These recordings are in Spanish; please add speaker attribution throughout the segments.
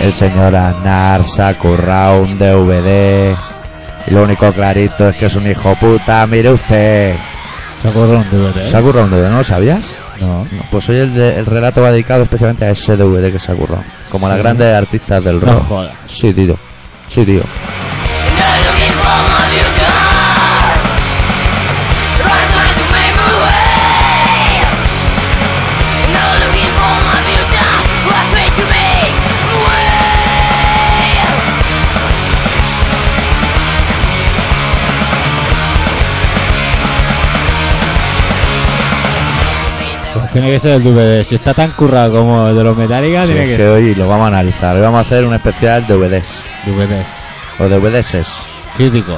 Speaker 1: el señor Aznar se ha currado un DVD. Y lo único clarito es que es un hijo puta, mire usted.
Speaker 2: Se ha currado un DVD.
Speaker 1: Se ha currado un DVD, ¿no lo sabías?
Speaker 2: No.
Speaker 1: No, Pues hoy el, de- el relato va dedicado especialmente a ese DVD que se ha currado. Como las
Speaker 2: Mm.
Speaker 1: grandes artistas del
Speaker 2: No
Speaker 1: rock.
Speaker 2: jodas.
Speaker 1: Sí, tío. Sí, tío.
Speaker 2: Pues tiene que ser el DVD. Si está tan currado como el de los Metallica,
Speaker 1: Sí,
Speaker 2: tiene
Speaker 1: es
Speaker 2: que
Speaker 1: que
Speaker 2: ser
Speaker 1: hoy lo vamos a analizar. Hoy vamos a hacer un especial DVDs.
Speaker 2: DVDs.
Speaker 1: O DVDs es
Speaker 2: Crítico.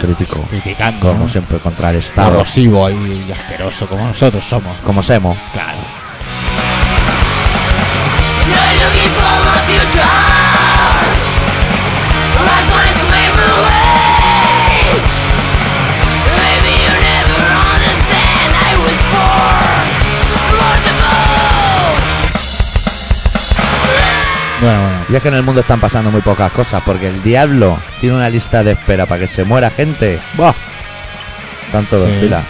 Speaker 1: crítico.
Speaker 2: Criticando.
Speaker 1: Como
Speaker 2: ¿no?
Speaker 1: siempre, contra el Estado.
Speaker 2: Corrosivo y y asqueroso, como nosotros somos.
Speaker 1: Como Semo.
Speaker 2: Claro. Bueno, bueno.
Speaker 1: Y es que en el mundo están pasando muy pocas cosas, porque el diablo tiene una lista de espera para que se muera gente. ¡Buah! Están todos en
Speaker 2: Sí.
Speaker 1: fila.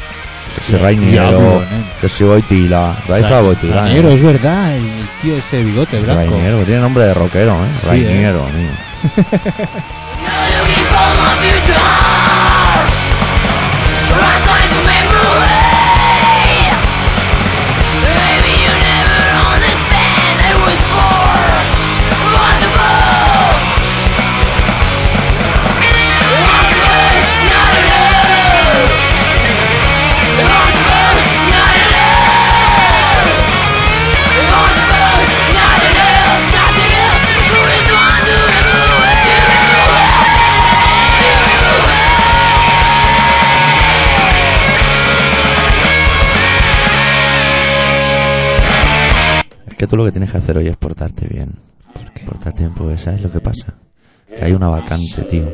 Speaker 1: Que si
Speaker 2: El
Speaker 1: Rainiero,
Speaker 2: diablo, nen.
Speaker 1: que si Boitila, Raifa Boitila. ¿eh?
Speaker 2: Rainiero, es verdad, el, el tío ese de bigote blanco.
Speaker 1: Rainiero, que tiene nombre de rockero, ¿eh?
Speaker 2: Sí,
Speaker 1: Rainiero, mío. Es que tú lo que tienes que hacer hoy es portarte bien. Portarte bien, porque ¿sabes lo que pasa? Que hay una vacante, tío.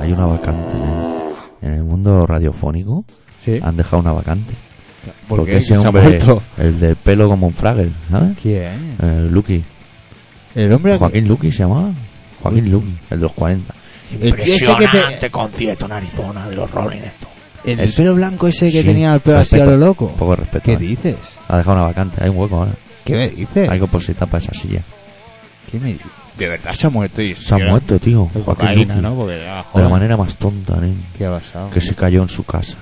Speaker 1: Hay una vacante, nen. En el mundo radiofónico
Speaker 2: Sí.
Speaker 1: han dejado una vacante.
Speaker 2: ¿Por
Speaker 1: Ah, porque
Speaker 2: qué?
Speaker 1: ese
Speaker 2: ¿Quién se ha
Speaker 1: hombre,
Speaker 2: muerto?
Speaker 1: el del pelo como un fraggle, ¿sabes?
Speaker 2: ¿Quién?
Speaker 1: Eh, Lucky.
Speaker 2: El hombre
Speaker 1: Joaquín Lucky se llamaba. Joaquín Lucky, el de los 40.
Speaker 2: el tío ese que te-
Speaker 3: concierto en Arizona de los Rolling Stones.
Speaker 2: el,
Speaker 1: el-
Speaker 2: pelo blanco ese que
Speaker 1: Sí,
Speaker 2: tenía el pelo así a
Speaker 1: respeto.
Speaker 2: lo loco.
Speaker 1: Poco respeto.
Speaker 2: ¿Qué
Speaker 1: eh.
Speaker 2: dices?
Speaker 1: Ha dejado una vacante, hay un hueco ahora.
Speaker 2: ¿Qué me dices?
Speaker 1: Hay que opositar para esa silla.
Speaker 2: ¿Qué me dices? De verdad se ha muerto y
Speaker 1: Se ha muerto, tío.
Speaker 2: Es
Speaker 1: Joaquín Lucky.
Speaker 2: cocaína, ¿no? Porque era
Speaker 1: De la
Speaker 2: joven.
Speaker 1: manera más tonta, nen.
Speaker 2: ¿Qué ha pasado?
Speaker 1: que se cayó en su casa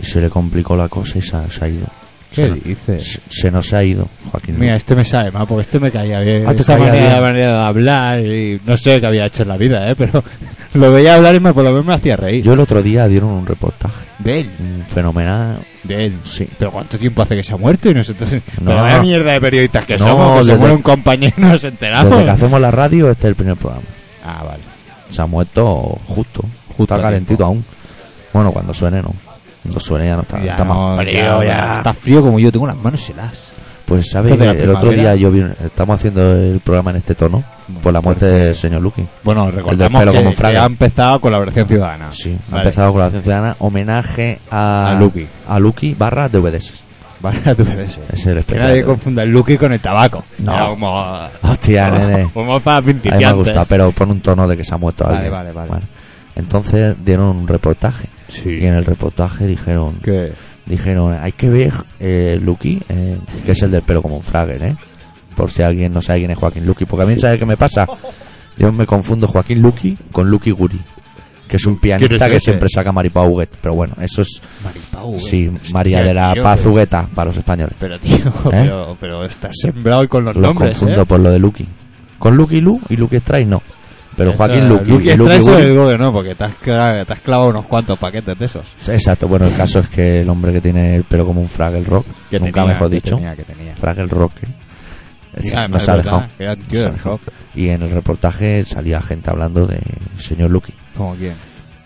Speaker 1: y se le complicó la cosa y se ha, se ha ido.
Speaker 2: ¿Qué
Speaker 1: Se, no-
Speaker 2: dices?
Speaker 1: se- se nos ha ido, Joaquín.
Speaker 2: Mira, este me sabe mal porque este me caía bien.
Speaker 1: Ah, te
Speaker 2: Esa
Speaker 1: caía
Speaker 2: manera,
Speaker 1: bien.
Speaker 2: manera de hablar y no sé qué había hecho en la vida, ¿eh? Pero lo veía hablar y me, por lo menos me hacía reír.
Speaker 1: Yo el otro día dieron un reportaje
Speaker 2: De él.
Speaker 1: mm, fenomenal.
Speaker 2: De él.
Speaker 1: Sí.
Speaker 2: Pero ¿cuánto tiempo hace que se ha muerto? Y nosotros...
Speaker 1: No.
Speaker 2: Pero vaya mierda de periodistas que
Speaker 1: No,
Speaker 2: somos, que se
Speaker 1: desde-
Speaker 2: muere un compañero y nos enteramos.
Speaker 1: Desde que hacemos la radio, este es el primer programa.
Speaker 2: Ah, vale.
Speaker 1: Se ha muerto justo, justo
Speaker 2: a
Speaker 1: está
Speaker 2: tiempo.
Speaker 1: calentito aún. Bueno, cuando suene, no. Cuando suene ya no está, está
Speaker 2: no,
Speaker 1: más frío, ya.
Speaker 2: Está frío como yo, tengo las manos heladas.
Speaker 1: Pues, ¿sabes?
Speaker 2: Esto de la
Speaker 1: El otro
Speaker 2: primavera.
Speaker 1: día yo vi, estamos haciendo el programa en este tono por la muerte del señor Lucky.
Speaker 2: Bueno, recordamos
Speaker 1: pelo
Speaker 2: que,
Speaker 1: como
Speaker 2: que
Speaker 1: Fraga.
Speaker 2: ha empezado Colaboración Ciudadana.
Speaker 1: Sí, ha
Speaker 2: Ah, Vale.
Speaker 1: empezado con la acción ciudadana. Homenaje a,
Speaker 2: A Lucky.
Speaker 1: A Lucky barra DVDs.
Speaker 2: Vale, tú puedes ser.
Speaker 1: Es el
Speaker 2: Que
Speaker 1: especial.
Speaker 2: nadie confunda el Lucky con el tabaco.
Speaker 1: No.
Speaker 2: Era como...
Speaker 1: Hostia, nene.
Speaker 2: Como para
Speaker 1: A mí
Speaker 2: principiantes.
Speaker 1: me gusta, pero pon un tono de que se ha muerto
Speaker 2: Vale,
Speaker 1: alguien.
Speaker 2: vale, vale.
Speaker 1: Entonces dieron un reportaje.
Speaker 2: Sí.
Speaker 1: Y en el reportaje dijeron,
Speaker 2: Que...
Speaker 1: dijeron, hay que ver eh, Lucky, eh, que es el del pelo como un fraggle, ¿eh? Por si alguien no sabe quién es Joaquín Lucky. Porque a mí, ¿sabe qué me pasa? Yo me confundo Joaquín Lucky con Lucky Guri, que es un pianista
Speaker 2: ese?
Speaker 1: que siempre saca Maripau Huguet. Pero bueno, eso es,
Speaker 2: Maripau.
Speaker 1: sí, María de la Paz Hugueta para los españoles.
Speaker 2: Pero tío, pero, pero estás sembrado hoy con los
Speaker 1: Los
Speaker 2: nombres,
Speaker 1: ¿Eh? confundo
Speaker 2: ¿eh?
Speaker 1: por lo de Lucky. Con Lucky Lu y Lucky Strike no. Pero
Speaker 2: Eso,
Speaker 1: Joaquín Lucky,
Speaker 2: Lucky
Speaker 1: y Lucky
Speaker 2: Strauss
Speaker 1: Guri-
Speaker 2: es el Google, no, porque te has, cla- te has clavado unos cuantos paquetes de esos.
Speaker 1: Exacto, bueno, el caso es que el hombre que tiene el pelo como un Fraggle Rock,
Speaker 2: Que
Speaker 1: nunca
Speaker 2: tenía,
Speaker 1: mejor
Speaker 2: que
Speaker 1: dicho,
Speaker 2: Tenía, que tenía.
Speaker 1: Fraggle Rock, ¿eh? Ese
Speaker 2: Ya,
Speaker 1: nos
Speaker 2: es
Speaker 1: ha
Speaker 2: ah, verdad,
Speaker 1: dejado.
Speaker 2: que era un tío
Speaker 1: Nos ha
Speaker 2: del
Speaker 1: dejado.
Speaker 2: rock.
Speaker 1: Y en el reportaje salía gente hablando de señor Lucky.
Speaker 2: ¿Como quién?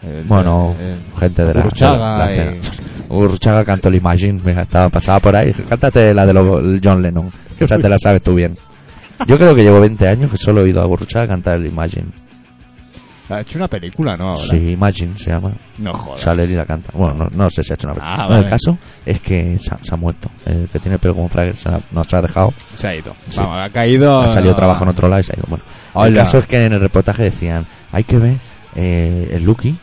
Speaker 2: El-
Speaker 1: Bueno,
Speaker 2: el-
Speaker 1: gente de la,
Speaker 2: Urruchaga
Speaker 1: de la- la
Speaker 2: eh, y-
Speaker 1: escena. Urruchaga cantó el Imagine, mira, estaba pasada por ahí. Cántate la de los John Lennon, que esa te la sabes tú bien. Yo creo que llevo 20 años que solo he oído a Urruchaga cantar el Imagine.
Speaker 2: Ha hecho una película, ¿no? Ahora.
Speaker 1: Sí, Imagine se llama.
Speaker 2: No jodas.
Speaker 1: Sale y la canta. Bueno, no, no sé si ha hecho una
Speaker 2: Ah,
Speaker 1: película.
Speaker 2: vale.
Speaker 1: El caso es que se ha, se ha muerto. El que tiene el pelo como un fragger se ha- nos ha dejado.
Speaker 2: Se ha ido. Vamos, ha caído.
Speaker 1: ha salido trabajo en otro lado y se ha ido. Bueno, El
Speaker 2: Hola.
Speaker 1: caso es que en el reportaje decían, hay que ver eh, el Lucky,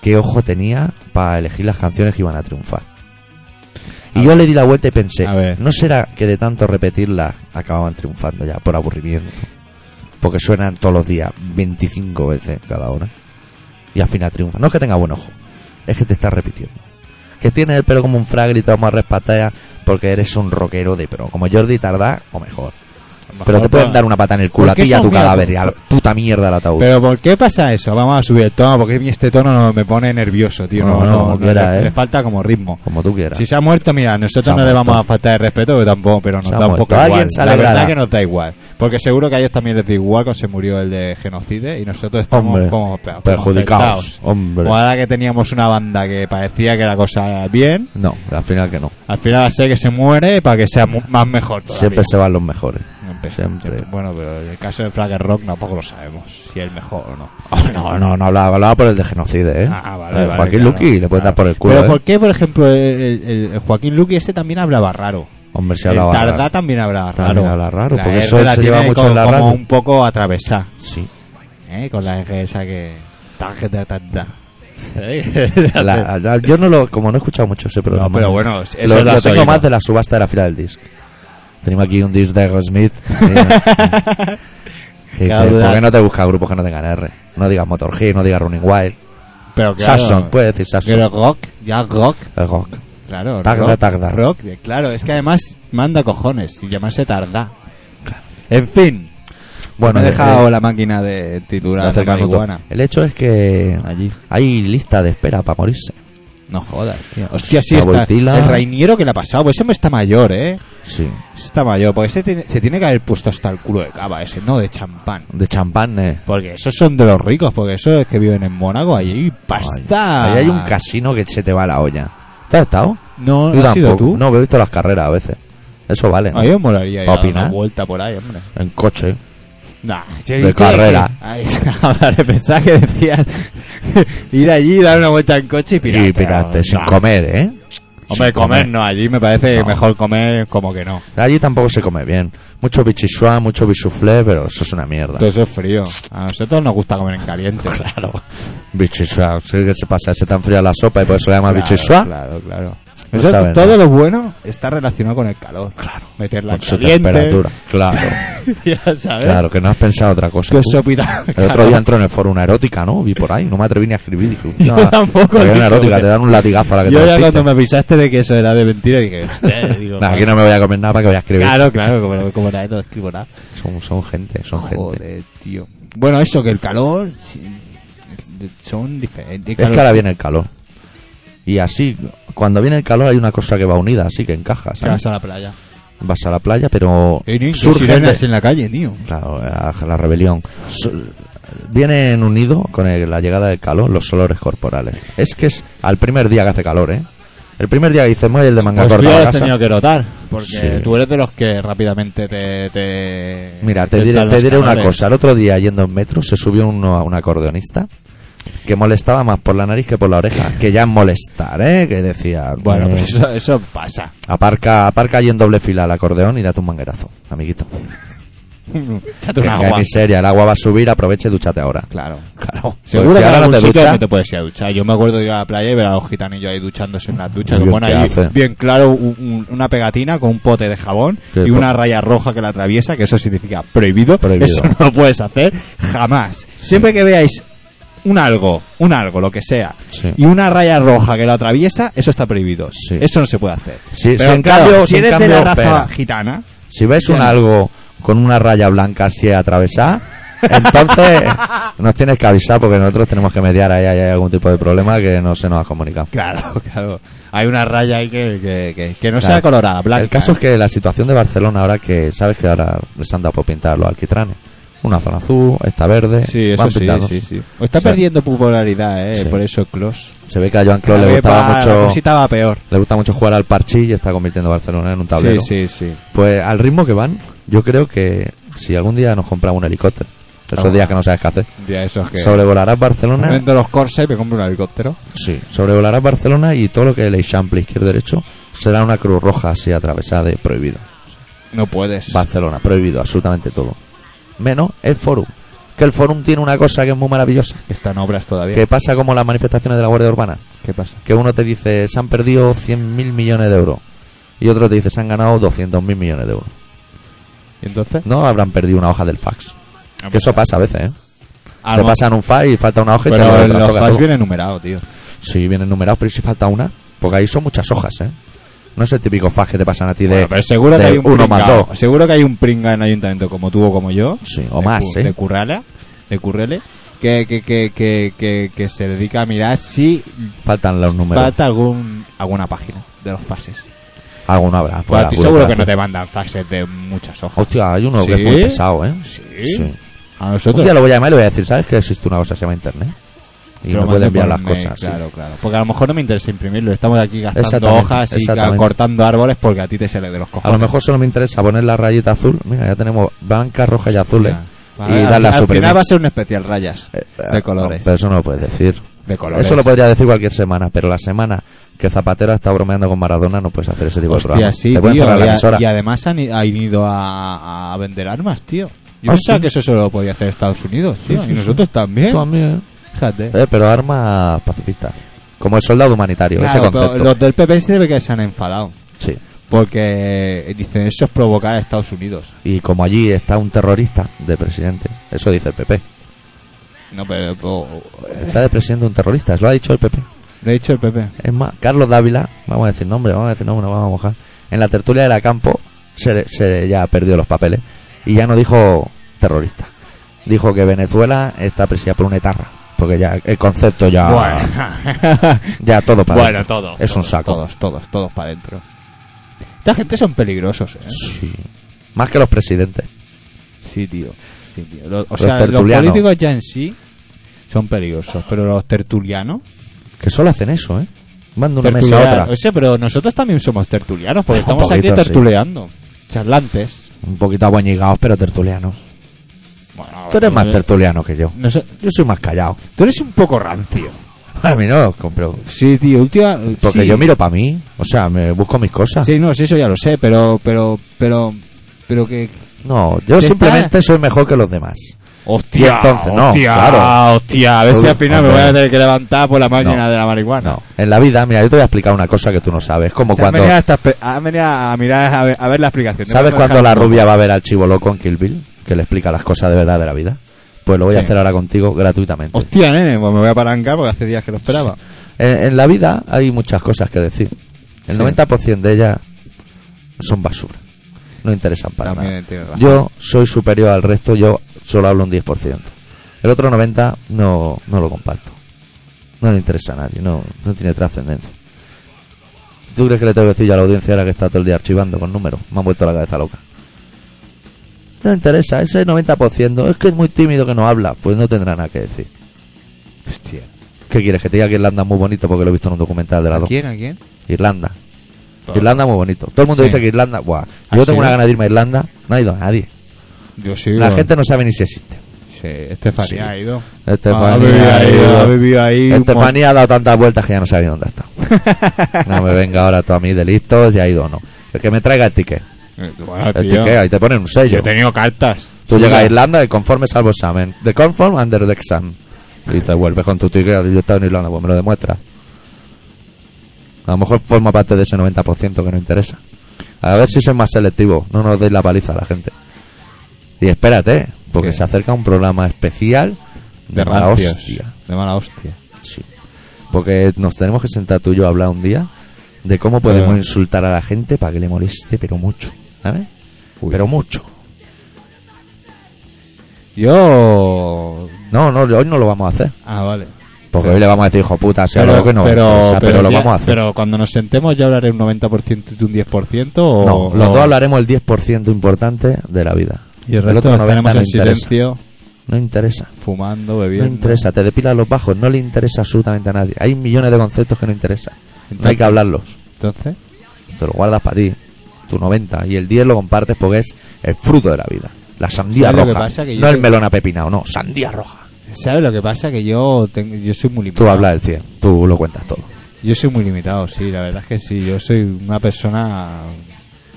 Speaker 1: qué ojo tenía para elegir las canciones que iban a triunfar. Y
Speaker 2: A
Speaker 1: yo
Speaker 2: ver.
Speaker 1: le di la vuelta y pensé,
Speaker 2: A ver.
Speaker 1: ¿no será que de tanto repetirlas acababan triunfando ya por aburrimiento? Porque suenan todos los días 25 veces cada hora. Y al final triunfa. No es que tenga buen ojo, es que te estás repitiendo. Que tienes el pelo como un fragle y te vamos a respatear porque eres un rockero de pro. Como Jordi Tardá, o mejor. Pero te pueden dar una pata en el culo
Speaker 2: ¿Por
Speaker 1: a
Speaker 2: qué
Speaker 1: ti y a
Speaker 2: son
Speaker 1: tu
Speaker 2: mierda?
Speaker 1: cadáver y a la puta mierda del ataúd.
Speaker 2: Pero ¿por qué pasa eso? Vamos a subir el tono, porque a mí este tono no- me pone nervioso, tío. No,
Speaker 1: Bueno,
Speaker 2: no,
Speaker 1: como
Speaker 2: no,
Speaker 1: quiera,
Speaker 2: le,
Speaker 1: ¿eh?
Speaker 2: le falta como ritmo.
Speaker 1: Como tú quieras.
Speaker 2: Si se ha muerto, mira, nosotros
Speaker 1: Se ha
Speaker 2: no le
Speaker 1: muerto.
Speaker 2: vamos a faltar el respeto, pero tampoco, pero nos
Speaker 1: Se ha
Speaker 2: da un
Speaker 1: muerto.
Speaker 2: poco igual.
Speaker 1: Alguien se
Speaker 2: La
Speaker 1: alegrará.
Speaker 2: verdad que nos da igual. Porque seguro que a ellos también les da igual cuando se murió el de genocide y nosotros estamos
Speaker 1: Hombre,
Speaker 2: como pe- como
Speaker 1: Perjudicados.
Speaker 2: afectados.
Speaker 1: Hombre.
Speaker 2: Como ahora que teníamos una banda que parecía que la cosa era bien,
Speaker 1: No, al final que no.
Speaker 2: al final va a ser que se muere para que sea mu- más mejor todavía.
Speaker 1: Siempre se van los mejores.
Speaker 2: Siempre,
Speaker 1: siempre.
Speaker 2: siempre. Bueno, pero el caso de Flagger Rock tampoco lo sabemos si es el mejor o no.
Speaker 1: Oh, no, no, no hablaba, hablaba por el de genocide, ¿eh?
Speaker 2: Ah, vale,
Speaker 1: Eh,
Speaker 2: vale,
Speaker 1: Joaquín
Speaker 2: claro,
Speaker 1: Luqui le puede
Speaker 2: claro.
Speaker 1: dar por el culo.
Speaker 2: Pero
Speaker 1: ¿eh?
Speaker 2: ¿por qué, por ejemplo, el, el- el Joaquín Luqui este también hablaba raro?
Speaker 1: Hombre, se
Speaker 2: el
Speaker 1: hablaba.
Speaker 2: Tardá
Speaker 1: raro.
Speaker 2: también hablaba raro.
Speaker 1: También habla raro,
Speaker 2: La
Speaker 1: porque
Speaker 2: R
Speaker 1: eso
Speaker 2: la
Speaker 1: se lleva
Speaker 2: tiene
Speaker 1: mucho en la
Speaker 2: como-
Speaker 1: radio.
Speaker 2: Como un poco atravesada,
Speaker 1: Sí.
Speaker 2: ¿eh? Con la R esa que... Tarjeta, tarjeta.
Speaker 1: La- la- yo no lo, como no he escuchado mucho ese programa.
Speaker 2: No, pero bueno, eso
Speaker 1: lo,
Speaker 2: lo
Speaker 1: lo
Speaker 2: has
Speaker 1: tengo
Speaker 2: oído.
Speaker 1: más de la subasta de la fila del disc. Tenemos aquí un disc de Aerosmith. Que dice,
Speaker 2: Claro,
Speaker 1: ¿Por
Speaker 2: la-
Speaker 1: qué no te buscas grupos que no tengan R? No digas Motorhead, no digas Running Wild.
Speaker 2: Pero claro,
Speaker 1: Sasson, puedes decir
Speaker 2: Pero
Speaker 1: Sasson.
Speaker 2: rock, ya rock,
Speaker 1: El rock.
Speaker 2: claro.
Speaker 1: Tarda,
Speaker 2: rock,
Speaker 1: tarda.
Speaker 2: rock, de- claro, es que además manda cojones y llamarse Tardá. En fin,
Speaker 1: Bueno, eh,
Speaker 2: me he
Speaker 1: de-
Speaker 2: dejado
Speaker 1: de-
Speaker 2: la máquina de
Speaker 1: de
Speaker 2: titular de
Speaker 1: acercarnos
Speaker 2: marihuana.
Speaker 1: todo. El hecho es que
Speaker 2: Allí.
Speaker 1: hay lista de espera para morirse.
Speaker 2: No jodas, tío. Hostia, sí
Speaker 1: La
Speaker 2: está.
Speaker 1: Boitila.
Speaker 2: El reiniero que le ha pasado, pues ese hombre está mayor, ¿eh?
Speaker 1: Sí.
Speaker 2: Ese Está mayor, porque ese tiene- se tiene que haber puesto hasta el culo de cava ese, no de champán.
Speaker 1: De champán, eh.
Speaker 2: Porque esos son de los ricos, porque esos es que viven en Mónaco, allí hay pasta.
Speaker 1: Ahí hay un casino que se te va la olla. ¿Tú has estado?
Speaker 2: No,
Speaker 1: Yo
Speaker 2: ¿no has sido
Speaker 1: tampoco.
Speaker 2: tú?
Speaker 1: No, pero he visto las carreras a veces. Eso vale. ¿no?
Speaker 2: A mí me molaría ir a dar una
Speaker 1: ¿Opinar?
Speaker 2: vuelta por ahí, hombre.
Speaker 1: En coche.
Speaker 2: Nah,
Speaker 1: De carrera.
Speaker 2: Ay, vale, pensaba que decías ir allí, dar una vuelta en coche y pirarte.
Speaker 1: y pirarte,
Speaker 2: no,
Speaker 1: sin
Speaker 2: no.
Speaker 1: comer, ¿eh?
Speaker 2: Hombre,
Speaker 1: Sin
Speaker 2: comer no, allí me parece que
Speaker 1: No.
Speaker 2: mejor comer como que no.
Speaker 1: Allí tampoco se come bien. Mucho bichisua, mucho bisuflé, pero eso es una mierda.
Speaker 2: Todo eso es frío. A nosotros nos gusta comer en caliente.
Speaker 1: Claro. Bichisua, sí que se pasa, se tan fría la sopa y por eso se llama bichisua.
Speaker 2: Claro, claro.
Speaker 1: No
Speaker 2: Eso-
Speaker 1: saben,
Speaker 2: todo
Speaker 1: ¿no?
Speaker 2: lo bueno está relacionado con el calor. Claro. Meterla en
Speaker 1: Con su
Speaker 2: caliente.
Speaker 1: temperatura. Claro,
Speaker 2: ya sabes.
Speaker 1: claro, que no has pensado otra cosa.
Speaker 2: Que
Speaker 1: tú.
Speaker 2: sopita.
Speaker 1: El otro día entró en el foro una erótica, ¿no? Vi por ahí, no me atreví ni a escribir. Dije, "Hostia,
Speaker 2: Yo tampoco,
Speaker 1: había
Speaker 2: dije,
Speaker 1: una erótica,
Speaker 2: "Joder".
Speaker 1: te dan un latigazo a la que
Speaker 2: Yo
Speaker 1: te
Speaker 2: ya
Speaker 1: despiste".
Speaker 2: cuando me avisaste de que eso era de mentira dije, "Hostia", digo,
Speaker 1: Nah, aquí no me voy a comer nada para que voy a escribir.
Speaker 2: Claro, claro, como, como nadie no escribo nada.
Speaker 1: Son, son gente, son gente.
Speaker 2: Joder, tío. Bueno, eso, que el calor sí, son diferentes.
Speaker 1: Es que ahora viene el calor. Y así, cuando viene el calor hay una cosa que va unida, así que encaja,
Speaker 2: Te vas
Speaker 1: ¿sabes?
Speaker 2: a la playa.
Speaker 1: Vas a la playa, pero
Speaker 2: Y ni-
Speaker 1: surgen
Speaker 2: sirenas
Speaker 1: de-
Speaker 2: en la calle, tío.
Speaker 1: Claro, la, la rebelión. Su- Vienen unidos con el- la llegada del calor los olores corporales. Es que es al primer día que hace calor, ¿eh? El primer día que dices, "Mueve el de manga
Speaker 2: Pues tú
Speaker 1: corta a
Speaker 2: ya
Speaker 1: la
Speaker 2: has
Speaker 1: casa".
Speaker 2: tenido que rotar, porque
Speaker 1: Sí.
Speaker 2: tú eres de los que rápidamente te... te-
Speaker 1: Mira, te
Speaker 2: te
Speaker 1: diré,
Speaker 2: dan
Speaker 1: te
Speaker 2: los
Speaker 1: diré una
Speaker 2: calores.
Speaker 1: cosa. El otro día, yendo en metro, se subió uno a un acordeonista que molestaba más por la nariz que por la oreja. Que ya es molestar, ¿eh? Que decía...
Speaker 2: Bueno,
Speaker 1: "Mm,
Speaker 2: pero eso, eso pasa.
Speaker 1: Aparca, aparca allí en doble fila el acordeón y date un manguerazo, amiguito.
Speaker 2: Échate
Speaker 1: Que
Speaker 2: un agua.
Speaker 1: miseria, el agua va a subir, aprovecha y dúchate ahora.
Speaker 2: Claro.
Speaker 1: Claro.
Speaker 2: Seguro
Speaker 1: Porque
Speaker 2: que
Speaker 1: Pues si
Speaker 2: en
Speaker 1: ahora no
Speaker 2: algún
Speaker 1: te
Speaker 2: sitio
Speaker 1: duchas,
Speaker 2: no te puedes ir a duchar. Yo me acuerdo de ir a la playa y ver a los gitanillos ahí duchándose en las duchas.
Speaker 1: Dios,
Speaker 2: que ponen
Speaker 1: ¿qué
Speaker 2: ahí
Speaker 1: hace?
Speaker 2: bien claro un- un- una pegatina con un pote de jabón
Speaker 1: Qué
Speaker 2: y una
Speaker 1: po-
Speaker 2: raya roja que la atraviesa, que eso significa prohibido.
Speaker 1: Prohibido.
Speaker 2: Eso no lo puedes hacer jamás. Siempre que veáis un algo, un algo, lo que sea,
Speaker 1: Sí.
Speaker 2: y una raya roja que lo atraviesa, eso está prohibido.
Speaker 1: Sí.
Speaker 2: Eso no se puede hacer.
Speaker 1: Sí,
Speaker 2: Pero
Speaker 1: si
Speaker 2: en
Speaker 1: en
Speaker 2: cambio,
Speaker 1: cambio-
Speaker 2: si
Speaker 1: si en
Speaker 2: eres de la
Speaker 1: cambio
Speaker 2: raza
Speaker 1: opera.
Speaker 2: gitana,
Speaker 1: si ves un
Speaker 2: Bien.
Speaker 1: algo con una raya blanca así atravesada, entonces nos tienes que avisar porque nosotros tenemos que mediar ahí, ahí hay algún tipo de problema que no se nos ha comunicado.
Speaker 2: claro, claro, hay una raya ahí que, que- que- que no
Speaker 1: Claro.
Speaker 2: sea colorada, blanca.
Speaker 1: El caso es que la situación de Barcelona ahora que sabes que ahora les han dado por pintar los alquitranes. Una zona azul, esta verde,
Speaker 2: Sí, eso
Speaker 1: van
Speaker 2: sí,
Speaker 1: pintados.
Speaker 2: sí, sí. O está
Speaker 1: O sea,
Speaker 2: perdiendo popularidad, eh,
Speaker 1: sí.
Speaker 2: por eso Klos.
Speaker 1: Se ve que a Joan Clos
Speaker 2: Cada
Speaker 1: le
Speaker 2: vez
Speaker 1: gustaba
Speaker 2: va- La
Speaker 1: mucho
Speaker 2: cosita va peor.
Speaker 1: Le gusta mucho jugar al parchís y está convirtiendo Barcelona en un tablero.
Speaker 2: Sí, sí, sí.
Speaker 1: Pues al ritmo que van, yo creo que si algún día nos compramos un helicóptero, esos
Speaker 2: Ah.
Speaker 1: días que no sabes qué hacer,
Speaker 2: Ya eso es que
Speaker 1: sobrevolarás Barcelona,
Speaker 2: vendo los Corsa y me compro un helicóptero.
Speaker 1: sí, sobrevolarás Barcelona y todo lo que le chample izquierdo derecho será una cruz roja así atravesada de prohibido.
Speaker 2: No puedes.
Speaker 1: Barcelona, prohibido absolutamente todo. Menos el forum. que el forum tiene una cosa que es muy maravillosa,
Speaker 2: Que están obras todavía.
Speaker 1: que pasa como las manifestaciones de la Guardia Urbana,
Speaker 2: ¿Qué pasa?
Speaker 1: que uno te dice, se han perdido 100.000 millones de euros, y otro te dice, se han ganado 200.000 millones de euros.
Speaker 2: ¿Y entonces?
Speaker 1: No habrán perdido una hoja del fax. Que eso pasa a veces, ¿eh?
Speaker 2: pues, Ah,
Speaker 1: te
Speaker 2: no.
Speaker 1: pasan un fax y falta una hoja y te
Speaker 2: Pero
Speaker 1: devuelven la
Speaker 2: los
Speaker 1: hoja
Speaker 2: fans
Speaker 1: solo.
Speaker 2: viene numerado, tío.
Speaker 1: Sí, vienen numerados, pero si falta una, porque ahí son muchas hojas, ¿eh? No es el típico fax que te pasan a ti de...
Speaker 2: Bueno, pero seguro
Speaker 1: de
Speaker 2: que hay un
Speaker 1: uno más
Speaker 2: pringao.
Speaker 1: dos.
Speaker 2: Seguro que hay un pringa en ayuntamiento como tú o como yo.
Speaker 1: Sí, o
Speaker 2: de
Speaker 1: más,
Speaker 2: cu-
Speaker 1: ¿eh?
Speaker 2: De currala, de currele, que, que, que, que, que, que se dedica a mirar si
Speaker 1: Faltan los números.
Speaker 2: falta algún alguna página de los fases.
Speaker 1: Alguno habrá. por
Speaker 2: Pero
Speaker 1: la
Speaker 2: estoy seguro que
Speaker 1: burocracia.
Speaker 2: no te mandan fases de muchas hojas.
Speaker 1: Hostia, hay uno que
Speaker 2: ¿Sí?
Speaker 1: es muy pesado, ¿eh?
Speaker 2: Sí.
Speaker 1: Sí.
Speaker 2: A
Speaker 1: Un
Speaker 2: nosotros.
Speaker 1: día lo voy a llamar y le voy a decir, ¿sabes que existe una cosa que se llama Internet? Y
Speaker 2: Te lo
Speaker 1: me puede
Speaker 2: mando
Speaker 1: enviar
Speaker 2: por
Speaker 1: las
Speaker 2: mail,
Speaker 1: cosas. sí.
Speaker 2: Claro, claro. Porque a lo mejor no me interesa imprimirlo. Estamos aquí gastando
Speaker 1: Exactamente,
Speaker 2: hojas y
Speaker 1: exactamente.
Speaker 2: cortando árboles porque a ti te sale de los
Speaker 1: A
Speaker 2: cojones.
Speaker 1: lo mejor solo me interesa poner la rayita azul. Mira, ya tenemos blanca, roja y azules.
Speaker 2: Vale,
Speaker 1: y
Speaker 2: al-
Speaker 1: darle a
Speaker 2: Al
Speaker 1: suprimir.
Speaker 2: final va a ser un especial rayas.
Speaker 1: Eh, eh,
Speaker 2: de colores.
Speaker 1: no, pero eso no lo puedes decir.
Speaker 2: De colores.
Speaker 1: Eso lo podría decir cualquier semana, pero la semana que Zapatero ha estado bromeando con Maradona no puedes hacer ese tipo de
Speaker 2: Hostia,
Speaker 1: programa.
Speaker 2: sí,
Speaker 1: Te pueden
Speaker 2: tío,
Speaker 1: cerrar
Speaker 2: y,
Speaker 1: la
Speaker 2: a-
Speaker 1: emisora.
Speaker 2: y además han, i- han ido a, a vender armas, tío. Yo
Speaker 1: Ah,
Speaker 2: pensaba
Speaker 1: sí.
Speaker 2: que eso solo lo podía hacer Estados Unidos, tío.
Speaker 1: Sí, sí,
Speaker 2: y
Speaker 1: sí.
Speaker 2: nosotros también.
Speaker 1: Tú a mí, ¿eh?
Speaker 2: Fíjate.
Speaker 1: Eh, pero armas pacifistas. Como el soldado humanitario,
Speaker 2: Claro,
Speaker 1: ese
Speaker 2: pero
Speaker 1: concepto.
Speaker 2: los del PP se ve que se han enfadado.
Speaker 1: Sí.
Speaker 2: Porque eh, dicen, eso es provocar a Estados Unidos.
Speaker 1: Y como allí está un terrorista de presidente, eso dice el PP.
Speaker 2: No, pero. o-
Speaker 1: Está de presidente un terrorista, eso lo ha dicho el PP.
Speaker 2: de hecho, el PP.
Speaker 1: Es más, Carlos Dávila, vamos a decir nombre, vamos a decir nombre, no vamos a mojar. En la tertulia de la campo se, se ya perdió los papeles y ya no dijo terrorista. Dijo que Venezuela está presidida por una etarra, porque ya el concepto ya
Speaker 2: Bueno.
Speaker 1: ya todo para
Speaker 2: bueno,
Speaker 1: dentro.
Speaker 2: todos.
Speaker 1: es un
Speaker 2: todos,
Speaker 1: saco.
Speaker 2: Todos, todos, todos para adentro. Esta gente son peligrosos, ¿eh?
Speaker 1: Sí. Más que los presidentes.
Speaker 2: Sí, tío. Sí, tío. Lo- o sea, los
Speaker 1: tertulianos.
Speaker 2: políticos ya en sí son peligrosos, pero los tertulianos.
Speaker 1: Que solo hacen eso, ¿eh? Van de una mesa a
Speaker 2: tertulianos-
Speaker 1: otra.
Speaker 2: o sea, pero nosotros también somos tertulianos, porque
Speaker 1: Un
Speaker 2: estamos
Speaker 1: poquito,
Speaker 2: aquí
Speaker 1: sí.
Speaker 2: tertuleando. Charlantes.
Speaker 1: Un poquito aboñigados, pero tertulianos.
Speaker 2: Bueno,
Speaker 1: Tú eres más
Speaker 2: no-
Speaker 1: tertuliano que yo.
Speaker 2: no sé-
Speaker 1: Yo soy más callado.
Speaker 2: tú eres un poco rancio.
Speaker 1: A mí no los compro.
Speaker 2: Sí, tío, última.
Speaker 1: Porque
Speaker 2: sí.
Speaker 1: yo miro para mí. O sea, me busco mis cosas.
Speaker 2: Sí, no, sí, eso ya lo sé, pero. Pero. Pero. Pero que.
Speaker 1: No, yo
Speaker 2: Te
Speaker 1: simplemente soy mejor que los demás.
Speaker 2: Hostia,
Speaker 1: entonces, no,
Speaker 2: hostia,
Speaker 1: claro.
Speaker 2: hostia, a ver si
Speaker 1: Uy,
Speaker 2: al final me
Speaker 1: hombre.
Speaker 2: voy a tener que levantar por la máquina
Speaker 1: No,
Speaker 2: de la marihuana.
Speaker 1: No, en la vida, mira, yo te voy a explicar una cosa que tú no sabes. Como
Speaker 2: Se han
Speaker 1: cuando.
Speaker 2: venido hasta espe- han venido a mirar a ver, a ver la explicación. No
Speaker 1: ¿Sabes
Speaker 2: me dejan
Speaker 1: cuando la
Speaker 2: un poco.
Speaker 1: rubia va a ver al chivo loco en Kill Bill? Que le explica las cosas de verdad de la vida. Pues lo voy a
Speaker 2: Sí.
Speaker 1: hacer ahora contigo gratuitamente.
Speaker 2: Hostia, nene, pues me voy a palancar porque hace días que lo esperaba.
Speaker 1: En, en la vida hay muchas cosas que decir. El
Speaker 2: Sí.
Speaker 1: 90% de ellas son basura. No interesan para
Speaker 2: También
Speaker 1: nada.
Speaker 2: tiene razón.
Speaker 1: Yo soy superior al resto, yo solo hablo un 10%. El otro 90% no, no lo comparto. No le interesa a nadie, no, no tiene trascendencia. ¿Tú crees que le tengo que decir yo a la audiencia ahora que está todo el día archivando con números? Me han vuelto la cabeza loca. No interesa, ese 90% es que es muy tímido que no habla, pues no tendrá nada que decir.
Speaker 2: Hostia.
Speaker 1: ¿Qué quieres? Que te diga que Irlanda es muy bonito porque lo he visto en un documental de la dos.
Speaker 2: quién? ¿A quién?
Speaker 1: Irlanda. Irlanda muy bonito. Todo el mundo
Speaker 2: Ah. Sí.
Speaker 1: dice que Irlanda, buah.
Speaker 2: ¿Ah,
Speaker 1: Yo
Speaker 2: sí?
Speaker 1: tengo una gana de irme a Irlanda, no ha ido nadie.
Speaker 2: Yo sí.
Speaker 1: La
Speaker 2: bueno.
Speaker 1: gente no sabe ni si existe.
Speaker 2: Sí, Estefanía
Speaker 1: Sí.
Speaker 2: ha ido.
Speaker 1: Estefanía
Speaker 2: ha vivido
Speaker 1: ha
Speaker 2: ahí,
Speaker 1: ido.
Speaker 2: ha vivido ahí. un
Speaker 1: Estefanía ha dado tantas vueltas que ya no sabe ni dónde está. No me venga ahora tú a mí de listos, ya ha ido o no. El que me traiga el ticket.
Speaker 2: montón. Eh, Bueno,
Speaker 1: El
Speaker 2: tío,
Speaker 1: ticket, ahí te ponen un
Speaker 2: Yo
Speaker 1: sello.
Speaker 2: he tenido cartas.
Speaker 1: Tú
Speaker 2: Sí,
Speaker 1: llegas a
Speaker 2: ya.
Speaker 1: Irlanda de conforme salvo examen. De conform under the exam. Y te vuelves con tu ticket. Yo he estado en Irlanda, pues me lo demuestras. A lo mejor forma parte de ese 90% que no interesa. A ver si soy más selectivo. No nos deis la paliza a la gente. Y espérate, porque
Speaker 2: Sí.
Speaker 1: se acerca un programa especial de,
Speaker 2: De
Speaker 1: mala
Speaker 2: rancios.
Speaker 1: hostia.
Speaker 2: De mala hostia.
Speaker 1: Sí. Porque nos tenemos que sentar tú y yo a hablar un día de cómo podemos
Speaker 2: Pero-
Speaker 1: insultar a la gente para que le moleste, pero mucho. ¿Sabes?
Speaker 2: Uy.
Speaker 1: Pero mucho.
Speaker 2: Yo.
Speaker 1: No, no, hoy no lo vamos a hacer.
Speaker 2: Ah, vale.
Speaker 1: Porque
Speaker 2: Pero-
Speaker 1: hoy le vamos a decir, hijo puta, sea loco y no
Speaker 2: pero,
Speaker 1: o sea, pero lo
Speaker 2: ya-
Speaker 1: vamos a hacer.
Speaker 2: Pero cuando nos sentemos, ¿ya hablaré un 90% y tú un 10%? O,
Speaker 1: no,
Speaker 2: o-
Speaker 1: los dos hablaremos el 10% importante de la vida.
Speaker 2: Y el
Speaker 1: otro
Speaker 2: resto nos
Speaker 1: 90
Speaker 2: tenemos
Speaker 1: no
Speaker 2: en
Speaker 1: interesa.
Speaker 2: silencio,
Speaker 1: No interesa.
Speaker 2: fumando,
Speaker 1: No
Speaker 2: bebiendo.
Speaker 1: interesa. Te depilas los bajos. No le interesa absolutamente a nadie. Hay millones de conceptos que no interesan. No hay que hablarlos.
Speaker 2: Entonces,
Speaker 1: Te lo guardas para ti. Tu 90. Y el 10 lo compartes porque es el fruto de la vida. La sandía
Speaker 2: ¿Sabes lo que
Speaker 1: roja.
Speaker 2: pasa? Que yo
Speaker 1: no el
Speaker 2: te-
Speaker 1: melón apepinado, no. Sandía roja.
Speaker 2: ¿sabes lo que pasa? Que yo tengo- yo soy muy
Speaker 1: Tú
Speaker 2: limitado.
Speaker 1: hablas el 100. Tú lo cuentas todo.
Speaker 2: Yo soy muy limitado, sí, la verdad es que sí. Yo soy una persona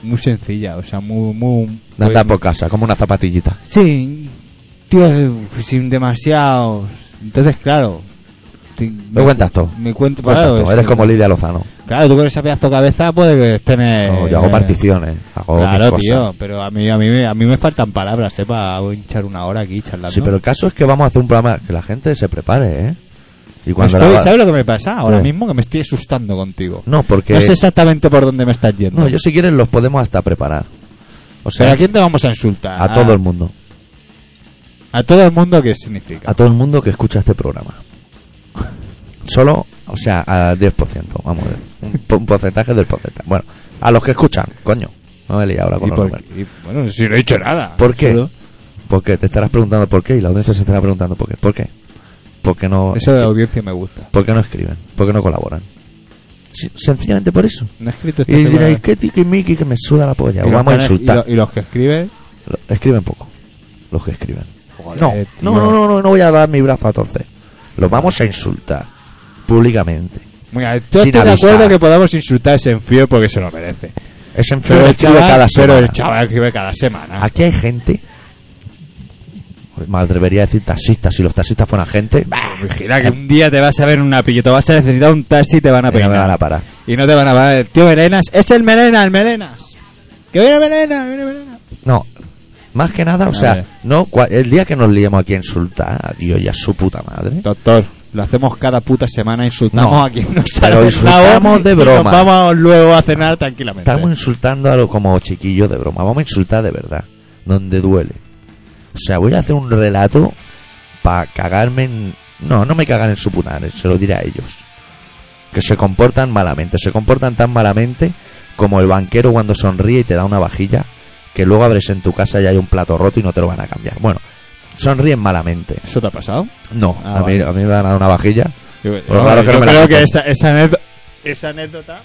Speaker 2: muy sencilla, o sea, muy... muy
Speaker 1: Anda
Speaker 2: muy-
Speaker 1: por casa, como una zapatillita.
Speaker 2: Sí, tío pues, sin demasiados. Entonces, claro. te-
Speaker 1: Me cuentas todo.
Speaker 2: Me cuento,
Speaker 1: Cuentas
Speaker 2: claro,
Speaker 1: tú,
Speaker 2: es
Speaker 1: eres
Speaker 2: que-
Speaker 1: como Lidia Lozano.
Speaker 2: Claro, tú con esa pedazo de cabeza puede que tener.
Speaker 1: No, yo hago particiones, hago mis
Speaker 2: Eh. Claro,
Speaker 1: cosas.
Speaker 2: tío, pero a mí, a, mí, a mí me faltan palabras, ¿eh? Para hinchar una hora aquí charlando.
Speaker 1: Sí, pero el caso es que vamos a hacer un programa que la gente se prepare, ¿eh? Y cuando
Speaker 2: Estoy-
Speaker 1: la-
Speaker 2: ¿Sabes lo que me pasa ahora
Speaker 1: Eh.
Speaker 2: mismo? Que me estoy asustando contigo.
Speaker 1: No, porque...
Speaker 2: No sé exactamente por dónde me estás yendo.
Speaker 1: No, yo si quieres los podemos hasta preparar. O
Speaker 2: ¿Pero Ah.
Speaker 1: sea,
Speaker 2: a quién te vamos a insultar?
Speaker 1: a todo el mundo.
Speaker 2: ¿A todo el mundo qué significa?
Speaker 1: A todo el mundo que escucha este programa. Solo, o sea, al 10%, vamos a ver. Un, po- un porcentaje del porcentaje. Bueno, a los que escuchan, coño. No me he liado ahora con
Speaker 2: ¿Y
Speaker 1: los
Speaker 2: por
Speaker 1: números.
Speaker 2: qué? Y, bueno, si no he dicho nada.
Speaker 1: ¿Por qué?
Speaker 2: Solo-
Speaker 1: ¿Por qué? Te estarás preguntando por qué y la audiencia se estará preguntando por qué. ¿Por qué? Porque no,
Speaker 2: Eso de la audiencia me gusta.
Speaker 1: porque no escriben, porque no colaboran. Si- sencillamente por eso.
Speaker 2: No he escrito esta
Speaker 1: Y
Speaker 2: semana-
Speaker 1: diréis, que tiki Miki que me suda la polla.
Speaker 2: y los
Speaker 1: vamos a
Speaker 2: canes-
Speaker 1: insultar.
Speaker 2: Y, lo- y los que escriben.
Speaker 1: Lo- Escriben poco, los que escriben.
Speaker 2: Joder, eh,
Speaker 1: No,
Speaker 2: tío.
Speaker 1: no, no, no, no, no voy a dar mi brazo a torcer. Los vamos a insultar públicamente.
Speaker 2: Mira, yo
Speaker 1: Sin
Speaker 2: estoy de
Speaker 1: avisar.
Speaker 2: acuerdo que podamos insultar a ese enfío porque se lo merece.
Speaker 1: Es
Speaker 2: Pero
Speaker 1: enfermo
Speaker 2: el chaval,
Speaker 1: cada
Speaker 2: pero el
Speaker 1: semana.
Speaker 2: chaval escribe cada semana.
Speaker 1: Aquí hay gente. Me atrevería a decir taxistas. Si los taxistas fueran gente, bah,
Speaker 2: Vigila que un día te vas a ver en una pillota, vas a necesitar un taxi y te van a
Speaker 1: no me
Speaker 2: pegar.
Speaker 1: van a parar.
Speaker 2: Y no te van a parar. El tío Melenas, es el Melenas, el Melenas. Que viene Melenas, que viene Melenas.
Speaker 1: No, más que nada, o
Speaker 2: A
Speaker 1: sea,
Speaker 2: ver.
Speaker 1: no cua- el día que nos liemos aquí a insultar a Dios y a su puta madre,
Speaker 2: Doctor, lo hacemos cada puta semana, insultamos
Speaker 1: No,
Speaker 2: a quien nos
Speaker 1: pero
Speaker 2: ha
Speaker 1: insultamos
Speaker 2: reventado
Speaker 1: de
Speaker 2: y
Speaker 1: broma.
Speaker 2: Nos vamos luego a cenar tranquilamente.
Speaker 1: estamos insultando a lo como chiquillos de broma. Vamos a insultar de verdad, donde duele. O sea, voy a hacer un relato para cagarme en. No, no me cagan en su puta madre, se lo diré a ellos. Que se comportan malamente, se comportan tan malamente como el banquero cuando sonríe y te da una vajilla que luego abres en tu casa y hay un plato roto y no te lo van a cambiar. Bueno, sonríen malamente.
Speaker 2: ¿Eso te ha pasado?
Speaker 1: No, a,
Speaker 2: Ah,
Speaker 1: mí,
Speaker 2: vale.
Speaker 1: a mí me han dado una vajilla.
Speaker 2: Yo, yo-
Speaker 1: claro que
Speaker 2: yo
Speaker 1: no me la cuentan.
Speaker 2: creo que esa, esa anécdota, esa anécdota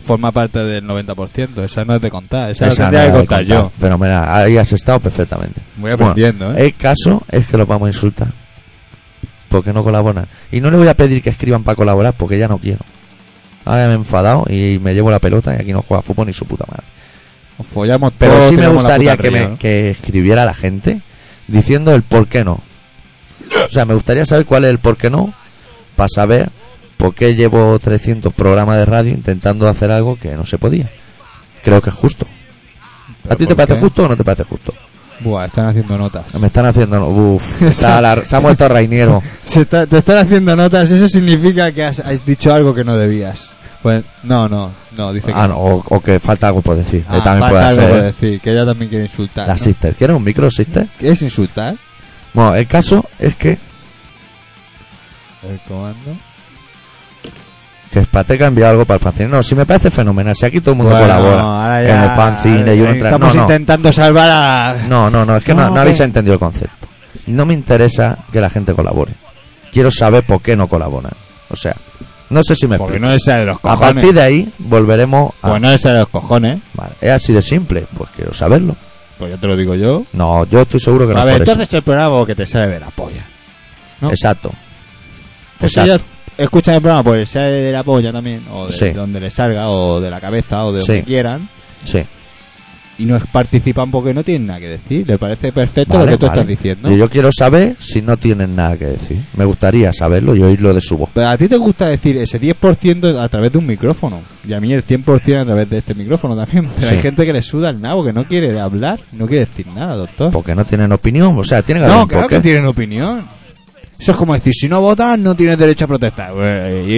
Speaker 2: forma parte del 90%. Esa no es de contar, esa,
Speaker 1: Esa
Speaker 2: la tendría
Speaker 1: no
Speaker 2: que
Speaker 1: la he
Speaker 2: contar
Speaker 1: contado.
Speaker 2: yo.
Speaker 1: Fenomenal, ahí has estado perfectamente.
Speaker 2: Voy aprendiendo, ¿eh?
Speaker 1: El caso es que los vamos a insultar. Porque no colaboran. Y no le voy a pedir que escriban para colaborar porque ya no quiero. Ahora me he enfadado y me llevo la pelota y aquí no juega fútbol ni su puta madre.
Speaker 2: Nos follamos
Speaker 1: Pero
Speaker 2: todos,
Speaker 1: sí me
Speaker 2: tiramos la
Speaker 1: gustaría
Speaker 2: puta ¿eh?
Speaker 1: que,
Speaker 2: al
Speaker 1: me,
Speaker 2: río, ¿no?
Speaker 1: que escribiera la gente diciendo el por qué no. O sea, me gustaría saber cuál es el por qué no para saber por qué llevo 300 programas de radio intentando hacer algo que no se podía. Creo que es justo. ¿A ti te
Speaker 2: ¿Por
Speaker 1: parece
Speaker 2: qué?
Speaker 1: justo o no te parece justo?
Speaker 2: Buah, están haciendo notas.
Speaker 1: Me están haciendo... Uf, está la- se ha muerto Rainiero.
Speaker 2: Se está- te están haciendo notas, eso significa que has, has dicho algo que no debías. Pues no, no, no, dice
Speaker 1: Ah,
Speaker 2: que
Speaker 1: no, o, o que falta algo por decir. que
Speaker 2: Ah,
Speaker 1: también
Speaker 2: falta
Speaker 1: puede
Speaker 2: algo
Speaker 1: ser.
Speaker 2: por
Speaker 1: ¿eh?
Speaker 2: decir, que ella también quiere insultar.
Speaker 1: La
Speaker 2: ¿no?
Speaker 1: sister. ¿Quieres un micro, sister?
Speaker 2: ¿Qué es insultar?
Speaker 1: Bueno, el caso es que...
Speaker 2: El comando.
Speaker 1: Que Spateca ha enviado algo para el fanzine. No, si me parece fenomenal. Si aquí todo el mundo
Speaker 2: Bueno,
Speaker 1: colabora.
Speaker 2: ahora eh,
Speaker 1: en el fanzine y uno entra-
Speaker 2: Estamos
Speaker 1: no, no.
Speaker 2: intentando salvar a.
Speaker 1: No, no, no, es que no,
Speaker 2: No,
Speaker 1: no
Speaker 2: ¿qué?
Speaker 1: habéis entendido el concepto. No me interesa que la gente colabore. Quiero saber por qué no colaboran. O sea, no sé si me
Speaker 2: Porque
Speaker 1: explico.
Speaker 2: no es la de los
Speaker 1: a
Speaker 2: cojones.
Speaker 1: partir de ahí volveremos a...
Speaker 2: Pues no es la de los cojones.
Speaker 1: Vale, es así de simple, pues quiero saberlo.
Speaker 2: Pues yo te lo digo yo.
Speaker 1: No, yo estoy seguro que no
Speaker 2: a
Speaker 1: es
Speaker 2: ver,
Speaker 1: por
Speaker 2: tú
Speaker 1: eso.
Speaker 2: haces el programa que te sale de la polla. ¿no?
Speaker 1: Exacto.
Speaker 2: Pues si
Speaker 1: Exacto.
Speaker 2: ellos escuchan el programa, pues sale de la polla también. O de
Speaker 1: Sí.
Speaker 2: donde les salga, o de la cabeza, o de
Speaker 1: Sí.
Speaker 2: donde quieran.
Speaker 1: Sí.
Speaker 2: y no participan porque no tienen nada que decir. Le parece perfecto
Speaker 1: Vale,
Speaker 2: lo que tú
Speaker 1: vale.
Speaker 2: estás diciendo.
Speaker 1: Y yo quiero saber si no tienen nada que decir. Me gustaría saberlo y oírlo de su voz.
Speaker 2: Pero a ti te gusta decir ese 10% a través de un micrófono. Y a mí el 100% a través de este micrófono también. Pero
Speaker 1: Sí.
Speaker 2: hay gente que le suda el nabo, que no quiere hablar, no quiere decir nada, doctor.
Speaker 1: Porque no tienen opinión, o sea, tienen que haber
Speaker 2: no,
Speaker 1: un
Speaker 2: claro
Speaker 1: porqué.
Speaker 2: que tienen opinión. Eso es como decir, si no votas, no tienes derecho a protestar. Yeah,
Speaker 1: Hombre,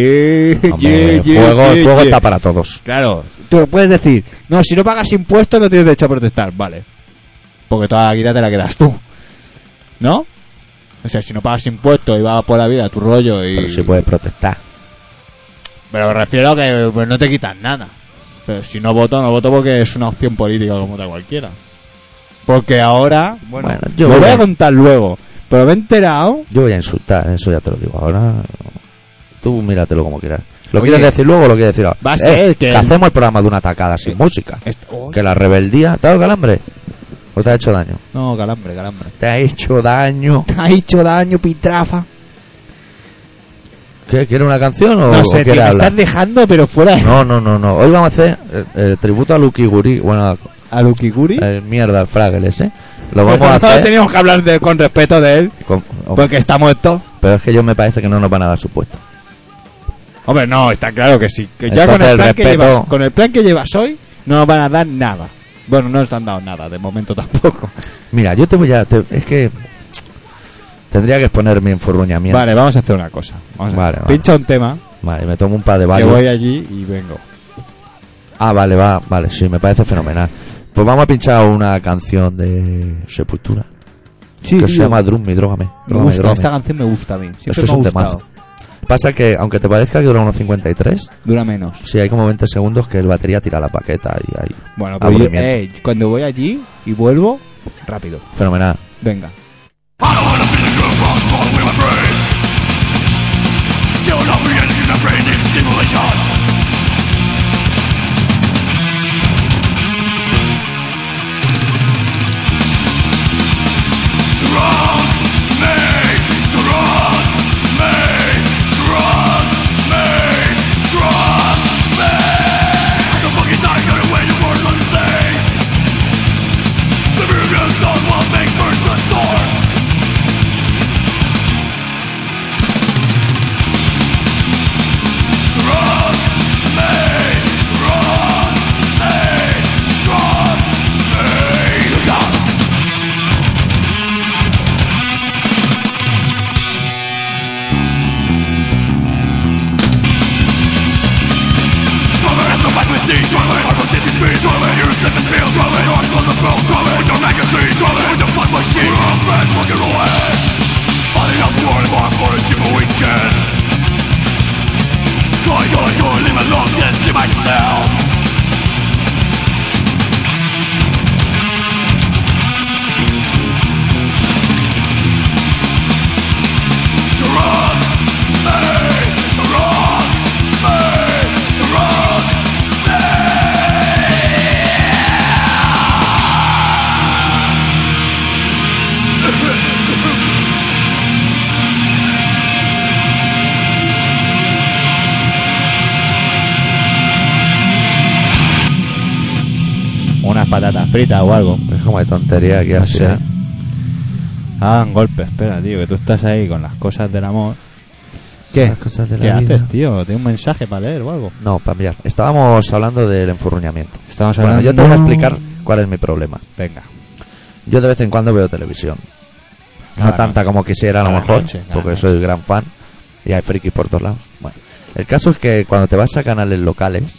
Speaker 2: yeah, yeah,
Speaker 1: fuego,
Speaker 2: yeah,
Speaker 1: el fuego
Speaker 2: yeah.
Speaker 1: está para todos.
Speaker 2: Claro, tú puedes decir, no, si no pagas impuestos no tienes derecho a protestar, vale. Porque toda la guita te la quedas tú. ¿No? O sea, si no pagas impuestos y vas por la vida a tu rollo y...
Speaker 1: Pero sí puedes protestar.
Speaker 2: Pero me refiero a que pues, no te quitan nada. Pero si no voto, no voto porque es una opción política como otra cualquiera. Porque ahora... Bueno,
Speaker 1: Bueno, yo
Speaker 2: yo lo
Speaker 1: voy
Speaker 2: voy
Speaker 1: a-
Speaker 2: a contar luego. Pero me he enterado...
Speaker 1: Yo voy a insultar, eso ya te lo digo. Ahora tú míratelo como quieras. ¿Lo
Speaker 2: Oye,
Speaker 1: quieres decir luego o lo quieres decir ahora? Eh,
Speaker 2: va a ser que- Eh.
Speaker 1: hacemos el programa de una atacada sin música.
Speaker 2: Esto- ¡Uy!
Speaker 1: Que la rebeldía... ¿Te ha dado calambre? ¿O te ha hecho daño?
Speaker 2: No, calambre, calambre.
Speaker 1: Te ha hecho daño.
Speaker 2: Te ha hecho daño, pitrafa.
Speaker 1: ¿Qué? ¿Quieres una canción o,
Speaker 2: No
Speaker 1: o
Speaker 2: sé, tío,
Speaker 1: quieres
Speaker 2: me
Speaker 1: hablar?
Speaker 2: estás dejando, pero fuera...
Speaker 1: No, no, no, no. Hoy vamos a hacer eh, eh, tributo a Lucky Guri. Bueno,
Speaker 2: ¿A Luki Guri?
Speaker 1: el mierda, al Fraggles, ¿eh? Lo vamos a
Speaker 2: Nosotros
Speaker 1: hacer.
Speaker 2: Pues teníamos que hablar de- con respeto de él,
Speaker 1: con- oh,
Speaker 2: porque está muerto.
Speaker 1: pero es que yo me parece que no nos van a dar su puesto.
Speaker 2: Hombre, no, está claro que sí. Que ya
Speaker 1: Entonces,
Speaker 2: con el,
Speaker 1: el
Speaker 2: plan que
Speaker 1: respeto-
Speaker 2: llevas, con el plan que llevas hoy, no nos van a dar nada. Bueno, no nos han dado nada, de momento tampoco.
Speaker 1: Mira, yo te voy a. te- es que. Tendría que exponerme en furruñamiento.
Speaker 2: Vale, vamos a hacer una cosa. Vamos a-
Speaker 1: Vale, vale.
Speaker 2: Pincha un tema,
Speaker 1: Vale, me tomo un par de
Speaker 2: que
Speaker 1: balos.
Speaker 2: voy allí y vengo.
Speaker 1: Ah, vale, va, vale, sí, me parece fenomenal. Pues vamos a pinchar una canción de Sepultura.
Speaker 2: Sí,
Speaker 1: que se llama Drum Me Drógame.
Speaker 2: Me
Speaker 1: Drógame,
Speaker 2: gusta,
Speaker 1: drógame.
Speaker 2: esta canción me gusta a mí. Siempre
Speaker 1: Esto es
Speaker 2: me ha
Speaker 1: un
Speaker 2: gustado.
Speaker 1: temazo. Pasa que, aunque te parezca que dura unos 53,
Speaker 2: Dura menos.
Speaker 1: sí, hay como 20 segundos que el batería tira la paqueta y ahí.
Speaker 2: Bueno, pues yo-
Speaker 1: Aburrimiento.
Speaker 2: eh, cuando voy allí y vuelvo, rápido.
Speaker 1: Fenomenal.
Speaker 2: Venga. Unas patatas fritas o algo.
Speaker 1: Es como de tontería que así.
Speaker 2: Sí. Hagan golpe, espera, tío, que tú estás ahí con las cosas del amor. ¿Qué?
Speaker 1: Las cosas de
Speaker 2: ¿Qué
Speaker 1: la vida.
Speaker 2: haces, tío? ¿Tiene un mensaje para leer o algo?
Speaker 1: No, para enviar. Estábamos hablando del enfurruñamiento.
Speaker 2: Estamos
Speaker 1: Bueno, yo te voy a explicar cuál es mi problema.
Speaker 2: Venga.
Speaker 1: Yo de vez en cuando veo televisión. No
Speaker 2: Ahora
Speaker 1: tanta como quisiera a lo
Speaker 2: Ahora
Speaker 1: mejor,
Speaker 2: noche, ahora
Speaker 1: porque
Speaker 2: noche.
Speaker 1: soy gran fan y hay frikis por todos lados. Bueno, el caso es que cuando te vas a canales locales,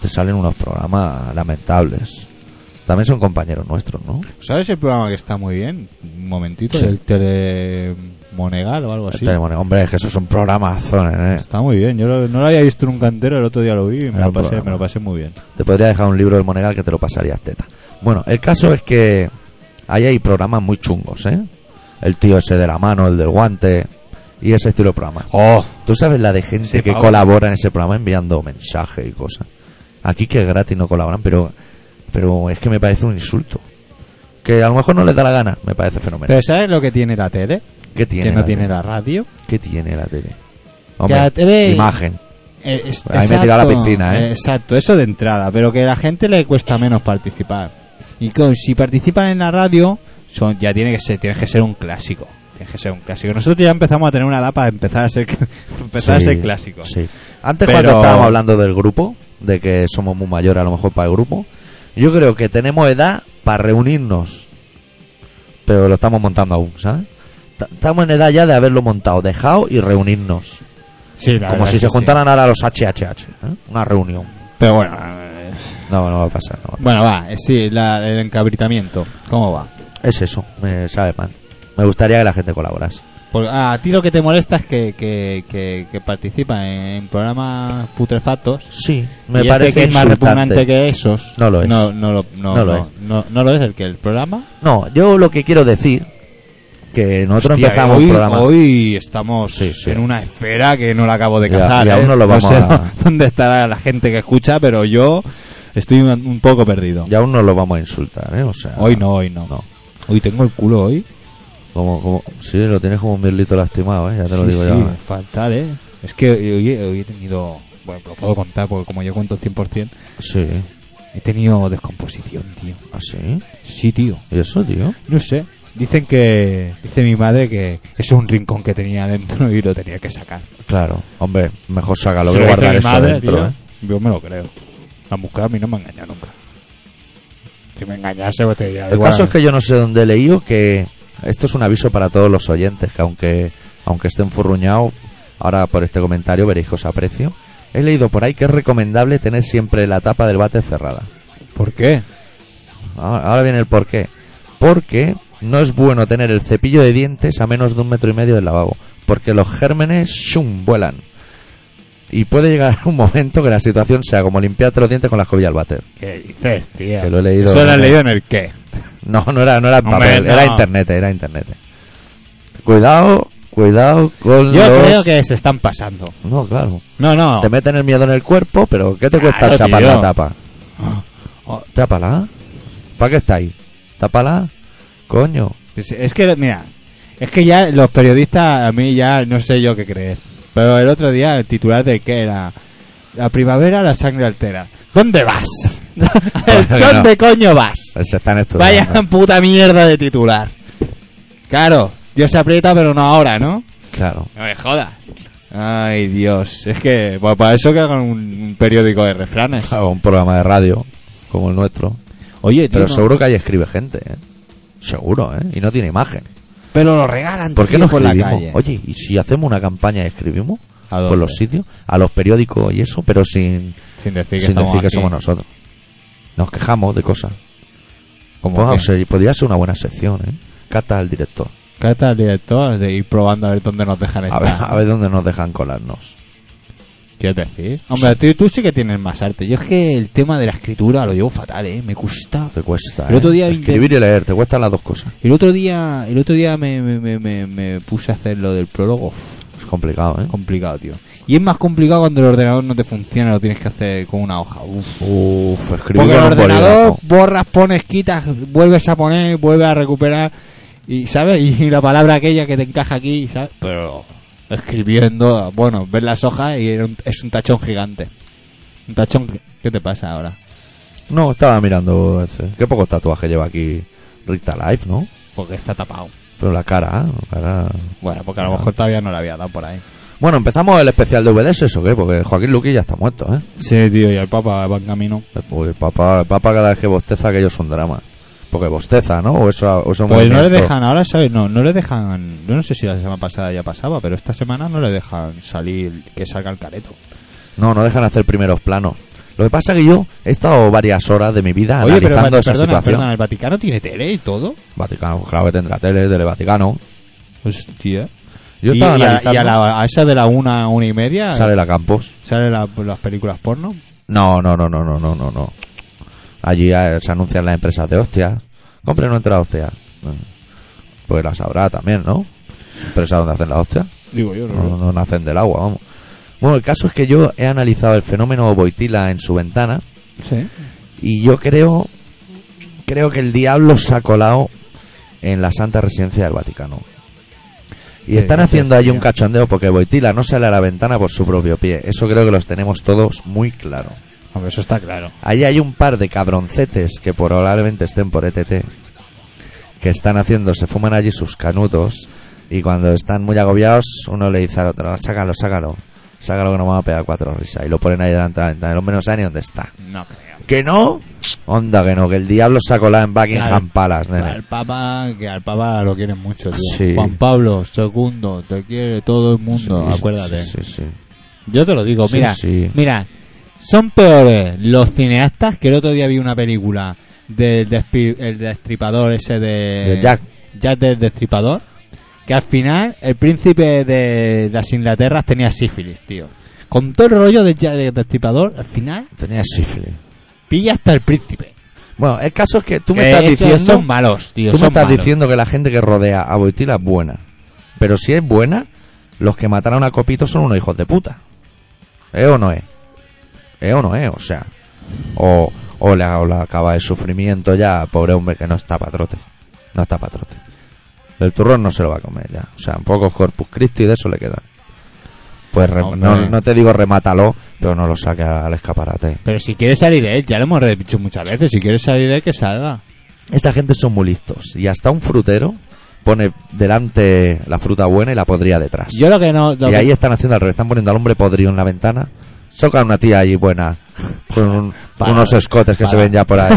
Speaker 1: te salen unos programas lamentables. También son compañeros nuestros, ¿no?
Speaker 2: ¿Sabes el programa que está muy bien? Un momentito,
Speaker 1: Sí.
Speaker 2: el Telemonegal o algo así.
Speaker 1: Este, bueno, hombre, es que esos son programazones, ¿eh?
Speaker 2: Está muy bien, yo lo- no lo había visto nunca entero, el otro día lo vi y me
Speaker 1: Gran
Speaker 2: lo, pasé,
Speaker 1: programa.
Speaker 2: me lo pasé muy bien.
Speaker 1: Te podría dejar un libro del Monegal que te lo pasarías teta. Bueno, el caso es que ahí hay programas muy chungos, ¿eh? El tío ese de la mano, el del guante y ese estilo de programa.
Speaker 2: ¡Oh!
Speaker 1: ¿Tú sabes la de gente
Speaker 2: Sí,
Speaker 1: que
Speaker 2: Pablo.
Speaker 1: colabora en ese programa enviando mensajes y cosas? Aquí que es gratis no colaboran, pero, pero es que me parece un insulto. Que a lo mejor no les da la gana, me parece fenomenal.
Speaker 2: ¿Pero sabes lo que tiene la tele?
Speaker 1: ¿Qué tiene,
Speaker 2: que no
Speaker 1: la
Speaker 2: tiene
Speaker 1: tele?
Speaker 2: la radio.
Speaker 1: ¿Qué tiene la tele?
Speaker 2: Que la
Speaker 1: Hombre,
Speaker 2: tele-
Speaker 1: imagen.
Speaker 2: Eh, es-
Speaker 1: Ahí me he tirado a la
Speaker 2: exacto,
Speaker 1: piscina, ¿eh?
Speaker 2: Exacto, eso de entrada, pero que a la gente le cuesta menos participar. Y con- si participan en la radio, son, ya tiene que ser, tiene que ser un clásico. Tiene que ser un clásico. Nosotros ya empezamos a tener una edad para empezar a ser, empezar
Speaker 1: Sí,
Speaker 2: a ser clásicos.
Speaker 1: sí. Antes
Speaker 2: Pero-
Speaker 1: cuando estábamos hablando del grupo, de que somos muy mayores a lo mejor para el grupo, yo creo que tenemos edad para reunirnos. Pero lo estamos montando aún, ¿sabes? Ta- Estamos en edad ya de haberlo montado, dejado y reunirnos.
Speaker 2: Sí, la
Speaker 1: Como
Speaker 2: verdad
Speaker 1: si
Speaker 2: es
Speaker 1: se
Speaker 2: que sí.
Speaker 1: juntaran ahora los HHH. ¿eh? Una reunión.
Speaker 2: Pero bueno, eh,
Speaker 1: No, no va a pasar. no va a pasar.
Speaker 2: bueno, va, eh, sí, la- el encabritamiento. ¿Cómo va?
Speaker 1: Es eso, me sabe mal. Me gustaría que la gente colaborase.
Speaker 2: Por- ah, a ti lo que te molesta es que, que, que- que participan en, en programas putrefactos
Speaker 1: Sí,
Speaker 2: Me
Speaker 1: me
Speaker 2: parece
Speaker 1: parece
Speaker 2: este que es más
Speaker 1: insultante.
Speaker 2: repugnante que esos.
Speaker 1: No lo es.
Speaker 2: No, no lo, no,
Speaker 1: No lo
Speaker 2: no,
Speaker 1: es.
Speaker 2: no- no lo es el que el programa.
Speaker 1: No, yo lo que quiero decir que nosotros
Speaker 2: Hostia,
Speaker 1: empezamos
Speaker 2: hoy,
Speaker 1: el programa.
Speaker 2: hoy estamos
Speaker 1: Sí, sí.
Speaker 2: en una esfera que no la acabo de
Speaker 1: Ya,
Speaker 2: cazar.
Speaker 1: y aún
Speaker 2: ¿eh?
Speaker 1: no lo vamos
Speaker 2: sé
Speaker 1: a-
Speaker 2: dónde estará la gente que escucha, pero yo estoy un, un poco perdido.
Speaker 1: Y aún no lo vamos a insultar, ¿eh? O sea,
Speaker 2: Hoy no, hoy no.
Speaker 1: No.
Speaker 2: Hoy tengo el culo hoy.
Speaker 1: Como, como, sí, lo tienes como un mirlito lastimado, ¿eh? Ya te lo
Speaker 2: Sí,
Speaker 1: digo
Speaker 2: sí,
Speaker 1: yo.
Speaker 2: Fatal, ¿eh? Es que hoy, hoy he tenido... Bueno, lo puedo contar porque como yo cuento 100%,
Speaker 1: Sí.
Speaker 2: He tenido descomposición, tío.
Speaker 1: ¿Ah, sí?
Speaker 2: Sí, tío.
Speaker 1: ¿Y eso, tío?
Speaker 2: No sé. Dicen que. Dice mi madre que es un rincón que tenía dentro y lo tenía que sacar.
Speaker 1: Claro. Hombre, mejor sácalo
Speaker 2: Se
Speaker 1: que
Speaker 2: lo dice
Speaker 1: guardar
Speaker 2: mi
Speaker 1: eso
Speaker 2: madre,
Speaker 1: dentro,
Speaker 2: tío.
Speaker 1: ¿eh?
Speaker 2: Yo me lo creo. La mujer a mí no me engaña nunca. Si me engañase, pues te diría.
Speaker 1: El
Speaker 2: igual.
Speaker 1: caso es que yo no sé dónde he leído que esto es un aviso para todos los oyentes, que aunque, aunque estén furruñados, ahora por este comentario veréis que os aprecio. He leído por ahí que es recomendable tener siempre la tapa del bate cerrada.
Speaker 2: ¿Por qué?
Speaker 1: Ah, Ahora ahora viene el porqué. Porque no es bueno tener el cepillo de dientes a menos de un metro y medio del lavabo. Porque los gérmenes shum, vuelan. Y puede llegar un momento que la situación sea como limpiarte los dientes con la escobilla al váter.
Speaker 2: ¿Qué dices, tío?
Speaker 1: Que lo he leído.
Speaker 2: Eso lo has
Speaker 1: Hombre.
Speaker 2: leído en el qué.
Speaker 1: No, no era, no era en
Speaker 2: Hombre,
Speaker 1: papel,
Speaker 2: no.
Speaker 1: era internet, era internet. Cuidado, cuidado con
Speaker 2: Yo
Speaker 1: los-
Speaker 2: creo que se están pasando.
Speaker 1: No, claro.
Speaker 2: No, no.
Speaker 1: Te meten el miedo en el cuerpo, pero ¿qué te cuesta
Speaker 2: Claro,
Speaker 1: chapar
Speaker 2: tío.
Speaker 1: la tapa?
Speaker 2: Oh,
Speaker 1: Chápala. ¿Para qué está ahí? Tápala. Coño.
Speaker 2: Es, es que, mira, es que ya los periodistas, a mí ya no sé yo qué creer. Pero el otro día el titular de qué era. La primavera la sangre altera. ¿Dónde vas? ¿Dónde coño vas?
Speaker 1: Se están estudiando.
Speaker 2: Vaya puta mierda de titular. Claro, Dios se aprieta, pero no ahora, ¿no?
Speaker 1: Claro.
Speaker 2: No me jodas. Ay, Dios. Es que, bueno, para eso que hagan un, un periódico de refranes.
Speaker 1: Claro, un programa de radio como el nuestro.
Speaker 2: Oye, tío,
Speaker 1: Pero
Speaker 2: no-
Speaker 1: seguro que ahí escribe gente, ¿eh? Seguro, ¿eh? Y no tiene imagen.
Speaker 2: pero lo regalan
Speaker 1: ¿Por qué
Speaker 2: tío,
Speaker 1: no
Speaker 2: por la
Speaker 1: escribimos?
Speaker 2: calle.
Speaker 1: Oye, ¿y si hacemos una campaña y escribimos?
Speaker 2: ¿A dónde?
Speaker 1: Por los sitios, a los periódicos y eso, pero sin,
Speaker 2: sin decir que,
Speaker 1: sin decir que
Speaker 2: aquí.
Speaker 1: somos nosotros. Nos quejamos de cosas.
Speaker 2: Como
Speaker 1: Pues,
Speaker 2: que-
Speaker 1: o sea, podría ser una buena sección, ¿eh? Cata al director.
Speaker 2: Cata al director de ir probando a ver dónde nos dejan
Speaker 1: A
Speaker 2: estar.
Speaker 1: ver, a ver dónde nos dejan colarnos.
Speaker 2: ¿Quieres decir? Hombre, tú, tú sí que tienes más arte. Yo es que el tema de la escritura lo llevo fatal, ¿eh? Me cuesta.
Speaker 1: Te cuesta.
Speaker 2: El
Speaker 1: ¿eh?
Speaker 2: otro día
Speaker 1: Escribir y leer, te cuestan las dos cosas.
Speaker 2: El otro día, el otro día me, me, me, me- me puse a hacer lo del prólogo. Uf,
Speaker 1: Es complicado, ¿eh?
Speaker 2: complicado, tío. Y es más complicado cuando el ordenador no te funciona, lo tienes que hacer con una hoja. Uf.
Speaker 1: Uf, escribir
Speaker 2: Porque el
Speaker 1: con un
Speaker 2: ordenador
Speaker 1: bolígrafo.
Speaker 2: borras, pones, quitas, vuelves a poner, vuelves a recuperar. Y, ¿sabes? Y la palabra aquella que te encaja aquí, ¿sabes? Pero escribiendo, bueno, ves las hojas y era un- es un tachón gigante. Un tachón, que- ¿qué te pasa ahora?
Speaker 1: No, estaba mirando ese. Qué pocos tatuajes lleva aquí Rita Life, ¿no?
Speaker 2: Porque está tapado.
Speaker 1: Pero la cara, ¿eh? la cara-
Speaker 2: Bueno, porque a lo mejor todavía no la había dado por ahí.
Speaker 1: Bueno, empezamos el especial de VDS, ¿eso qué? Porque Joaquín Luqui ya está muerto, ¿eh? Pues
Speaker 2: Sí, tío, y el Papa va en camino.
Speaker 1: Uy, papá, el papá cada vez que bosteza aquello es un drama. Porque bosteza, ¿no? O eso, o eso
Speaker 2: Pues no le
Speaker 1: movimiento.
Speaker 2: dejan, ahora, ¿sabes? No, no le dejan, yo no sé si la semana pasada ya pasaba, pero esta semana no le dejan salir, que salga el careto.
Speaker 1: No, no dejan hacer primeros planos. Lo que pasa es que yo he estado varias horas de mi vida
Speaker 2: Oye, pero
Speaker 1: analizando
Speaker 2: perdona,
Speaker 1: esa situación.
Speaker 2: perdona, ¿el Vaticano tiene tele y todo?
Speaker 1: Vaticano, claro que tendrá tele, Televaticano.
Speaker 2: Hostia.
Speaker 1: Yo
Speaker 2: y,
Speaker 1: estaba
Speaker 2: y a-
Speaker 1: analizando.
Speaker 2: y a, la- a esa de la una, una y media
Speaker 1: Sale
Speaker 2: salen
Speaker 1: la Campos.
Speaker 2: las películas porno.
Speaker 1: No, no, no, no, no, no, no, no. Allí eh, se anuncian las empresas de hostia. Compren una entrada hostia. Mm. Pues las habrá también, ¿no? Empresas donde hacen la hostia.
Speaker 2: Digo yo,
Speaker 1: No, no nacen del agua, vamos. Bueno, el caso es que yo he analizado el fenómeno Boitila en su ventana
Speaker 2: Sí.
Speaker 1: y yo creo creo que el diablo se ha colado en la Santa Residencia del Vaticano. Y
Speaker 2: Sí,
Speaker 1: están
Speaker 2: no
Speaker 1: haciendo
Speaker 2: te
Speaker 1: ahí un
Speaker 2: decía.
Speaker 1: cachondeo porque Boitila no sale a la ventana por su propio pie. Eso creo que los tenemos todos muy claro.
Speaker 2: Hombre, eso está claro.
Speaker 1: Ahí hay un par de cabroncetes que probablemente estén por ETT, que están haciendo, se fuman allí sus canutos y cuando están muy agobiados uno le dice al otro, sácalo, sácalo, sácalo que nos vamos a pegar cuatro risas y lo ponen ahí delante de la ventana, el hombre no sabe ni dónde está.
Speaker 2: No creo.
Speaker 1: ¿Que no? Onda que no, que el diablo se ha colado en Buckingham
Speaker 2: Claro.
Speaker 1: Palace, nene.
Speaker 2: Al Papa, que al Papa lo quieren mucho, tío.
Speaker 1: Sí.
Speaker 2: Juan Pablo II, te quiere todo el mundo,
Speaker 1: Sí,
Speaker 2: acuérdate.
Speaker 1: Sí, sí, sí.
Speaker 2: Yo te lo digo,
Speaker 1: Sí,
Speaker 2: mira,
Speaker 1: sí.
Speaker 2: mira, son peores los cineastas que el otro día vi una película del despi- el destripador ese de
Speaker 1: De Jack.
Speaker 2: Jack del destripador, que al final el príncipe de las Inglaterras tenía sífilis, tío. Con todo el rollo del Jack del destripador, al final
Speaker 1: Tenía sífilis.
Speaker 2: pilla hasta el príncipe.
Speaker 1: Bueno, el caso es que tú me
Speaker 2: Que
Speaker 1: estás
Speaker 2: esos
Speaker 1: diciendo...
Speaker 2: son malos, tío,
Speaker 1: Tú me
Speaker 2: son
Speaker 1: estás
Speaker 2: malos.
Speaker 1: diciendo que la gente que rodea a Boitila es buena. Pero si es buena, los que mataron a Copito son unos hijos de puta. ¿Eh o no es? ¿Eh o no es? O sea, o, o, la, o la acaba de sufrimiento ya, pobre hombre que no está patrote. No está patrote. El turrón no se lo va a comer ya. O sea, pocos Corpus Christi de eso le quedan. Pues re-
Speaker 2: Hombre.
Speaker 1: no, no te digo remátalo, pero no lo saques al escaparate.
Speaker 2: Pero si quiere salir él, ya lo hemos dicho muchas veces, si quiere salir él, que salga.
Speaker 1: Esta gente son muy listos. Y hasta un frutero pone delante la fruta buena y la podría detrás.
Speaker 2: Yo lo que no... lo
Speaker 1: y
Speaker 2: que-
Speaker 1: ahí están haciendo al revés. Están poniendo al hombre podrido en la ventana. Soca una tía allí buena. Con un-
Speaker 2: Para.
Speaker 1: unos escotes que
Speaker 2: Para.
Speaker 1: se ven ya por ahí.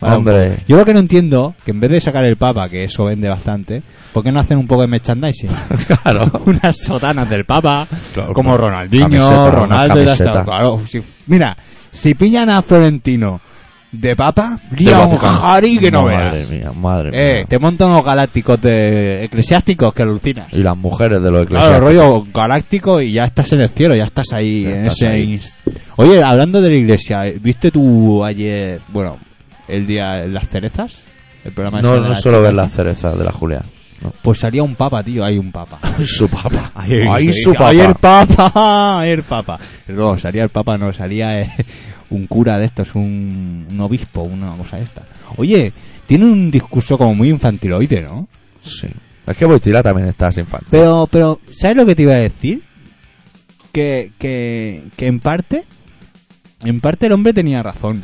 Speaker 2: Para un
Speaker 1: Hombre.
Speaker 2: poco. Yo lo que no entiendo, que en vez de sacar el Papa, que eso vende bastante, ¿por qué no hacen un poco de merchandising?
Speaker 1: claro.
Speaker 2: Unas sotanas del Papa,
Speaker 1: Claro,
Speaker 2: como
Speaker 1: claro.
Speaker 2: Ronaldinho,
Speaker 1: Camiseta,
Speaker 2: Ronaldo y
Speaker 1: una
Speaker 2: las
Speaker 1: camiseta.
Speaker 2: claro, si- Mira, si pillan a Florentino de Papa, lía un
Speaker 1: Vaticano.
Speaker 2: jari que no
Speaker 1: madre
Speaker 2: veas.
Speaker 1: mía, madre
Speaker 2: Eh,
Speaker 1: mía.
Speaker 2: te montan unos galácticos de eclesiásticos que alucinas.
Speaker 1: Y las mujeres de los
Speaker 2: Claro,
Speaker 1: eclesiásticos.
Speaker 2: rollo galáctico y ya estás en el cielo, ya estás ahí.
Speaker 1: Ya
Speaker 2: en
Speaker 1: estás
Speaker 2: ese
Speaker 1: ahí.
Speaker 2: inst- Oye, hablando de la iglesia, ¿viste tú ayer, bueno, el día las cerezas? El programa ese
Speaker 1: No,
Speaker 2: de
Speaker 1: no
Speaker 2: las
Speaker 1: suelo ver
Speaker 2: chicas,
Speaker 1: las
Speaker 2: ¿eh?
Speaker 1: cerezas de la Julia. No.
Speaker 2: Pues salía un papa, tío, hay un papa.
Speaker 1: su papá.
Speaker 2: Ahí
Speaker 1: Ahí su papá.
Speaker 2: el papa, ahí el papa. No, salía el papa, no, salía eh, un cura de estos, un, un obispo, una cosa de esta. Oye, tiene un discurso como muy infantiloide, ¿no?
Speaker 1: Sí. Es que Boitila también está sin falta.
Speaker 2: Pero, pero, ¿sabes lo que te iba a decir? Que, que, que en parte, en parte el hombre tenía razón.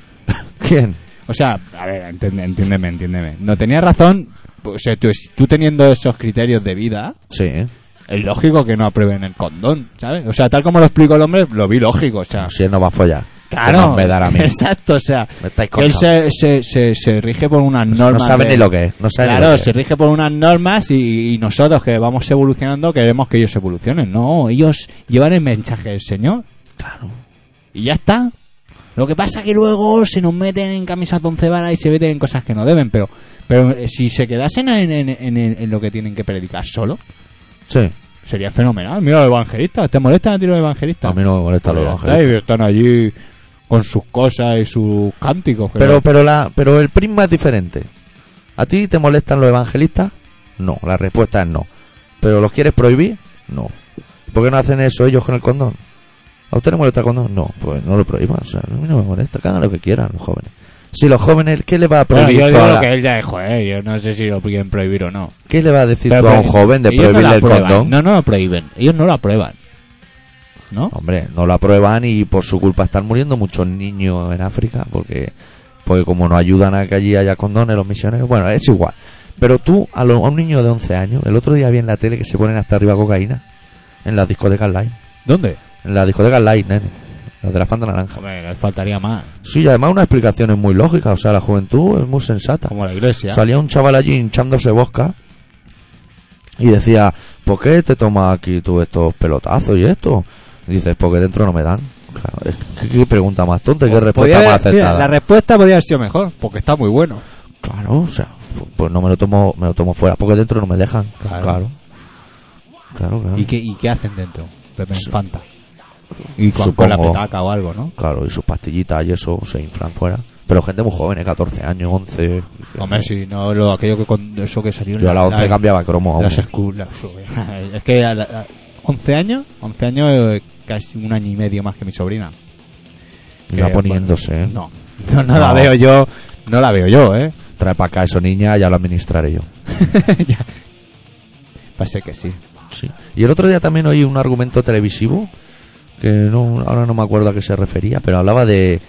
Speaker 1: ¿Quién?
Speaker 2: O sea, a ver, entiende- entiéndeme, entiéndeme. No tenía razón, pues, o sea, tú, tú teniendo esos criterios de vida,
Speaker 1: Sí, ¿eh?
Speaker 2: es lógico que no aprueben el condón, ¿sabes? O sea, tal como lo explicó el hombre, lo vi lógico, o sea.
Speaker 1: Si él no va a follar. Que
Speaker 2: Claro,
Speaker 1: más Me dará a mí.
Speaker 2: exacto, o sea,
Speaker 1: Me estáis
Speaker 2: él
Speaker 1: contando.
Speaker 2: se, se, se, se rige por unas normas.
Speaker 1: No sabe
Speaker 2: de-
Speaker 1: ni lo que es. No sabe ni
Speaker 2: Claro,
Speaker 1: lo que
Speaker 2: se
Speaker 1: es.
Speaker 2: rige por unas normas y, y nosotros que vamos evolucionando queremos que ellos evolucionen. No, ellos llevan el mensaje del Señor. Claro. Y ya está. Lo que pasa que luego se nos meten en camisas de once varas y se meten en cosas que no deben, pero pero eh, si se quedasen en, en- en- en lo que tienen que predicar solo,
Speaker 1: Sí.
Speaker 2: sería fenomenal. Mira los evangelistas, ¿te molestan a ti los evangelistas?
Speaker 1: A mí no me molesta lo
Speaker 2: Pues ya está,
Speaker 1: evangelistas.
Speaker 2: y están allí con sus cosas y sus cánticos. que
Speaker 1: Pero, pero, la, pero el prisma es diferente. ¿A ti te molestan los evangelistas? No, la respuesta es no. ¿Pero los quieres prohibir? No. ¿Por qué no hacen eso ellos con el condón? ¿A usted le molesta el condón? No, pues no lo prohíban. O sea, a mí no me molesta, que hagan lo que quieran los jóvenes. Si los jóvenes, ¿qué le va a
Speaker 2: Bueno,
Speaker 1: prohibir
Speaker 2: yo
Speaker 1: tú a
Speaker 2: digo
Speaker 1: la-
Speaker 2: lo que él ya dijo, ¿eh? Yo no sé si lo quieren prohibir o no.
Speaker 1: ¿Qué le va a decir tú
Speaker 2: Pero
Speaker 1: a un
Speaker 2: prohi-
Speaker 1: joven de
Speaker 2: ellos no
Speaker 1: prohibirle
Speaker 2: la
Speaker 1: el
Speaker 2: aprueban.
Speaker 1: condón?
Speaker 2: No, no lo prohíben. Ellos no lo aprueban. ¿No?
Speaker 1: Hombre, no lo aprueban y por su culpa están muriendo muchos niños en África porque, porque como no ayudan a que allí haya condones los misioneros, bueno, es igual. Pero tú, a, lo- a un niño de 11 años, el otro día vi en la tele que se ponen hasta arriba cocaína en las discotecas live.
Speaker 2: ¿Dónde?
Speaker 1: En las discotecas live, nene. Las de la Fanta Naranja.
Speaker 2: Joder, les faltaría más.
Speaker 1: Sí, y además una explicación es muy lógica, o sea, la juventud es muy sensata.
Speaker 2: Como la iglesia.
Speaker 1: Salía un chaval allí hinchándose bosca y decía, ¿por qué te tomas aquí tú estos pelotazos y esto? Y dices, porque dentro no me dan. Claro, es que- ¿Qué pregunta más tonta y qué
Speaker 2: Podía
Speaker 1: respuesta
Speaker 2: haber-
Speaker 1: más
Speaker 2: Pues, mira, la
Speaker 1: acertada?
Speaker 2: respuesta podría haber sido mejor, porque está muy bueno.
Speaker 1: Claro, o sea, fu- pues no me lo tomo, me lo tomo fuera, porque dentro no me dejan.
Speaker 2: Claro.
Speaker 1: Claro. Claro, claro.
Speaker 2: ¿Y qué, y qué hacen dentro? Beben
Speaker 1: Ah. Sí.
Speaker 2: Fanta. Y con, con
Speaker 1: Supongo.
Speaker 2: la petaca o algo, ¿no?
Speaker 1: Claro, y sus pastillitas y eso se inflan fuera. Pero gente muy joven, ¿eh? 14 años, 11.
Speaker 2: Hombre, si no, lo, aquello que con eso que salió en
Speaker 1: Yo a
Speaker 2: la-
Speaker 1: las 11
Speaker 2: la-
Speaker 1: cambiaba cromo aún.
Speaker 2: las escu- las- Es que a la- a- 11 años, 11 años, eh, casi un año y medio más que mi sobrina.
Speaker 1: Iba
Speaker 2: Que,
Speaker 1: poniéndose, ¿eh?
Speaker 2: No, no, no la
Speaker 1: No.
Speaker 2: veo yo, no la veo yo, ¿eh?
Speaker 1: Trae para acá eso, niña, ya lo administraré yo.
Speaker 2: Ya. Parece que sí.
Speaker 1: Sí. Y el otro día también oí un argumento televisivo que no, ahora no me acuerdo a qué se refería, pero hablaba de,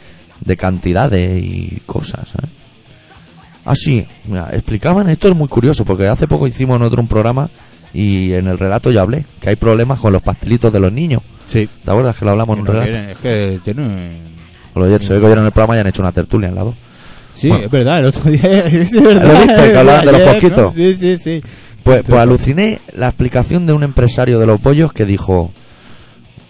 Speaker 1: de cantidades y cosas. ¿eh? Ah, sí, mira, explicaban, esto es muy curioso, porque hace poco hicimos en otro un programa y en el relato ya hablé que hay problemas con los pastelitos de los niños.
Speaker 2: Sí.
Speaker 1: ¿Te acuerdas que lo hablamos en un relato?
Speaker 2: es que tiene...
Speaker 1: Lo oyeron- se ve que oyeron el programa y han hecho una tertulia en la dos.
Speaker 2: Sí,
Speaker 1: Bueno.
Speaker 2: es verdad, el otro día... Es verdad,
Speaker 1: ¿Lo viste? Que hablaban de los
Speaker 2: ayer,
Speaker 1: fosquitos.
Speaker 2: ¿no? Sí, sí, sí.
Speaker 1: Pues, pues aluciné la explicación de un empresario de los bollos que dijo,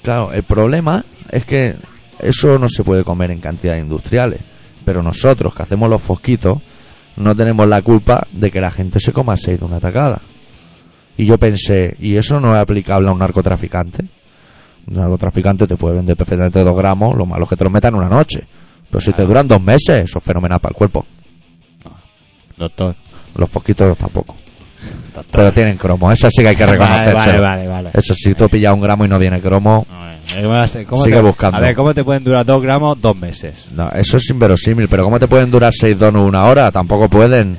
Speaker 1: claro, el problema es que eso no se puede comer en cantidades industriales, pero nosotros que hacemos los fosquitos no tenemos la culpa de que la gente se coma seis de una tacada. Y yo pensé, ¿y eso no es aplicable a un narcotraficante? Un narcotraficante te puede vender perfectamente dos gramos, lo malo es que te lo metan una noche. Pero si te duran dos meses, eso es fenomenal para el cuerpo.
Speaker 2: Ah, Doctor.
Speaker 1: Los fosquitos tampoco. Pero tienen cromo, eso sí que hay que
Speaker 2: Vale,
Speaker 1: reconocérselo.
Speaker 2: vale, vale, vale.
Speaker 1: Eso si tú pillas un gramo y no viene cromo,
Speaker 2: Además, ¿cómo
Speaker 1: Sigue
Speaker 2: te-
Speaker 1: buscando.
Speaker 2: A ver, ¿cómo te pueden durar dos gramos dos meses?
Speaker 1: no, eso es inverosímil, pero ¿cómo te pueden durar seis donos una hora? Tampoco pueden.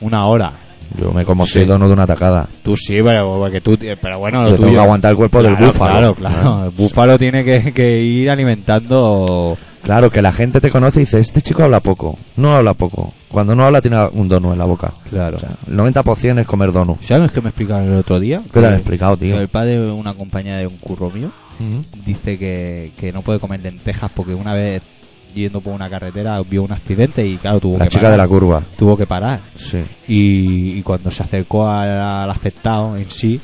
Speaker 2: Una hora.
Speaker 1: Yo me conmociono
Speaker 2: Sí.
Speaker 1: dono de una atacada.
Speaker 2: Tú sí, pero, porque tú, ti- pero bueno, lo
Speaker 1: Yo tengo
Speaker 2: tuyo-
Speaker 1: que aguantar el cuerpo del
Speaker 2: Claro,
Speaker 1: búfalo. Ah.
Speaker 2: Claro, claro. El búfalo tiene que, que ir alimentando.
Speaker 1: Claro, que la gente te conoce y dice, este chico habla poco, no habla poco. Cuando no habla tiene un donut en la boca.
Speaker 2: Claro.
Speaker 1: O sea, el 90% es comer donut.
Speaker 2: ¿Sabes qué me explicaron el otro día?
Speaker 1: ¿Qué te han
Speaker 2: Que-
Speaker 1: explicado,
Speaker 2: que
Speaker 1: tío?
Speaker 2: El padre de una compañía de un curro mío
Speaker 1: Ujú.
Speaker 2: dice que, que no puede comer lentejas porque una vez yendo por una carretera vio un accidente y claro tuvo
Speaker 1: La
Speaker 2: que
Speaker 1: chica de
Speaker 2: parar.
Speaker 1: la curva.
Speaker 2: tuvo que parar
Speaker 1: Sí.
Speaker 2: y, y cuando se acercó al, al afectado en sí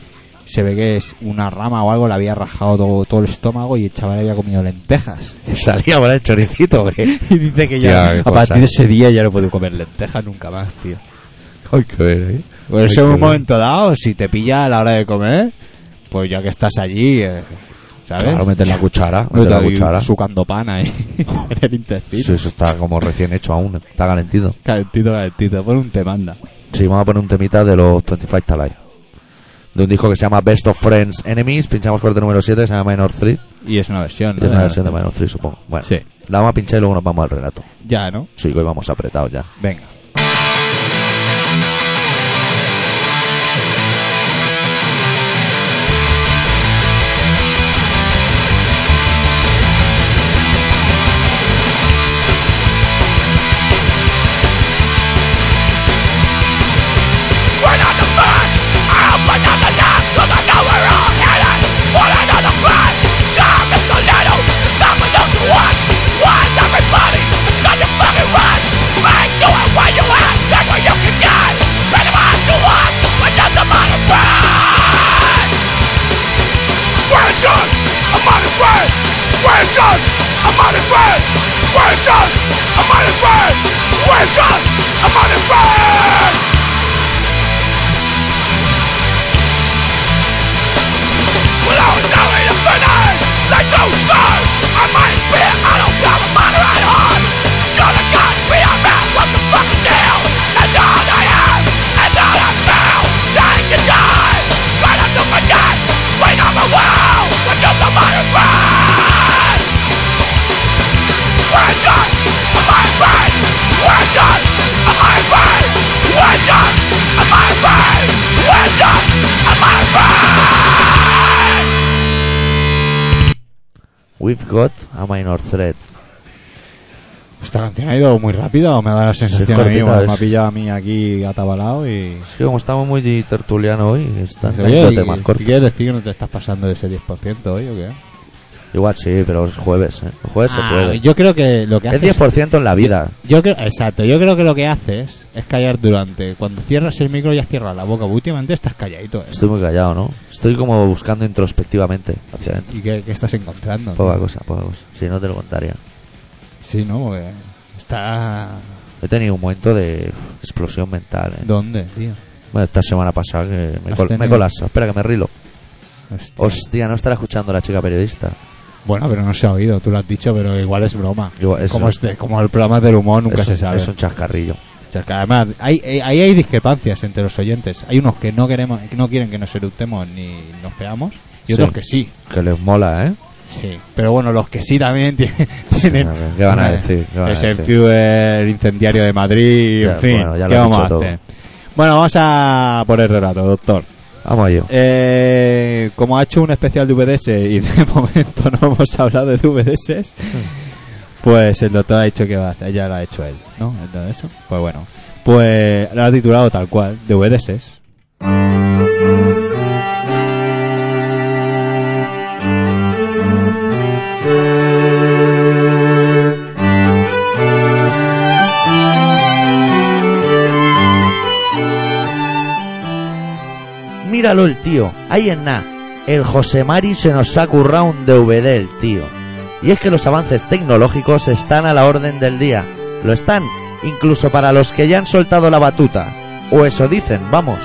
Speaker 2: se ve que es una rama o algo le había rajado todo, todo el estómago y el chaval había comido lentejas
Speaker 1: Salía por el choricito, ¿eh? hombre.
Speaker 2: y dice
Speaker 1: Tía,
Speaker 2: que
Speaker 1: qué
Speaker 2: ya a
Speaker 1: cosa.
Speaker 2: partir de ese día ya no puede comer lentejas nunca más tío
Speaker 1: Hay que ver, ¿eh?
Speaker 2: por Pues eso
Speaker 1: Hay
Speaker 2: en
Speaker 1: que ver.
Speaker 2: un momento dado si te pilla a la hora de comer pues ya que estás allí eh, ¿sabes?
Speaker 1: Claro, meter la cuchara, meter la cuchara.
Speaker 2: sucando pana ahí en el intestino
Speaker 1: Sí, eso está como recién hecho aún, está calentito.
Speaker 2: Calentito, calentito, pon un te manda.
Speaker 1: Sí, vamos a poner un temita de los 25 Talai. De un disco que se llama Best of Friends Enemies, pinchamos corte número 7, se llama Minor 3.
Speaker 2: Y es una versión,
Speaker 1: Es una versión de Minor 3, supongo. Bueno,
Speaker 2: Sí.
Speaker 1: la vamos a pinchar y luego nos vamos al relato.
Speaker 2: Ya, ¿no?
Speaker 1: Sí, que hoy vamos apretados ya.
Speaker 2: Venga.
Speaker 4: We're not the first, but not the last, cause I know we're all headed for another crime. Time is so little, it's not for those who watch. Why is everybody in such a fucking rush? Make do it where you at, take what you can get. Minimize to watch, but doesn't matter friend. We're just a modern friend. We're just a modern friend. We're just a modern friend. We're just a modern friend. Without knowing the finish, they don't stay. I might be, I don't have a moderate heart. You're the god we are at, what the fucking deal? It's all I have, it's all I found. Dying to die, try not to forget. We never will, we're just a modern friend. We're just a modern friend. We're just a modern friend. We're just a modern friend. We're just a modern friend.
Speaker 1: We've got a Minor Threat.
Speaker 2: ¿Esta canción ha ido muy rápida o me da la sensación a mí?
Speaker 1: cortita,
Speaker 2: Bueno,
Speaker 1: es-
Speaker 2: me ha pillado a mí aquí atabalado y...
Speaker 1: Es que como estamos muy tertuliano hoy, están
Speaker 2: Oye,
Speaker 1: cayendo
Speaker 2: y-
Speaker 1: temas
Speaker 2: y
Speaker 1: cortos.
Speaker 2: ¿Quieres decir que no te estás pasando de ese 10% hoy o qué?
Speaker 1: Igual sí, pero es jueves, ¿eh? El jueves se
Speaker 2: Ah,
Speaker 1: puede.
Speaker 2: Yo creo que lo que
Speaker 1: Es
Speaker 2: haces...
Speaker 1: 10% en la vida.
Speaker 2: Yo creo, exacto, yo creo que lo que haces es callar durante... Cuando cierras el micro ya cierras la boca. Últimamente estás calladito, ¿eh?
Speaker 1: Estoy muy callado, ¿no? Estoy como buscando introspectivamente hacia adentro.
Speaker 2: ¿Y qué, qué estás encontrando?
Speaker 1: Poca cosa, poca cosa. Si no te lo contaría.
Speaker 2: Sí, ¿no? Porque está...
Speaker 1: He tenido un momento de uf, explosión mental, ¿eh?
Speaker 2: ¿Dónde, tío?
Speaker 1: Bueno, esta semana pasada que me,
Speaker 2: Has
Speaker 1: col- me
Speaker 2: tenido-
Speaker 1: colapso. Espera que me rilo.
Speaker 2: Hostia.
Speaker 1: Hostia, no estará escuchando la chica periodista.
Speaker 2: Bueno, pero no se ha oído, tú lo has dicho, pero igual es broma.
Speaker 1: Igual es
Speaker 2: como,
Speaker 1: un-
Speaker 2: este, como el programa del humor nunca
Speaker 1: es,
Speaker 2: se
Speaker 1: un-
Speaker 2: sabe.
Speaker 1: Es un chascarrillo.
Speaker 2: O sea, que además, hay, hay- ahí hay discrepancias entre los oyentes. Hay unos que no queremos, que no quieren que nos eructemos ni nos peamos,
Speaker 1: Sí.
Speaker 2: y otros que sí.
Speaker 1: Que les mola, ¿eh?
Speaker 2: Sí. Pero bueno, los que sí también tienen... tienen
Speaker 1: a ver, ¿qué van a
Speaker 2: una-
Speaker 1: decir? ¿Qué van a
Speaker 2: es el
Speaker 1: decir?
Speaker 2: Führer incendiario de Madrid,
Speaker 1: Ya,
Speaker 2: en fin,
Speaker 1: bueno, ya lo
Speaker 2: ¿qué
Speaker 1: has
Speaker 2: vamos a
Speaker 1: dicho
Speaker 2: hacer? Bueno, vamos a por el relato, doctor.
Speaker 1: Vamos yo.
Speaker 2: Eh, como ha hecho un especial de VDS y de momento no hemos hablado de VDS, pues el doctor ha dicho que va a hacer, ya lo ha hecho él, ¿no? Entonces, eso, pues bueno, pues lo ha titulado tal cual, de VDS.
Speaker 1: Míralo el tío, ahí en nada. El José Mari se nos ha currado un DVD el tío. Y es que los avances tecnológicos están a la orden del día. Lo están, incluso para los que ya han soltado la batuta. O eso dicen, vamos.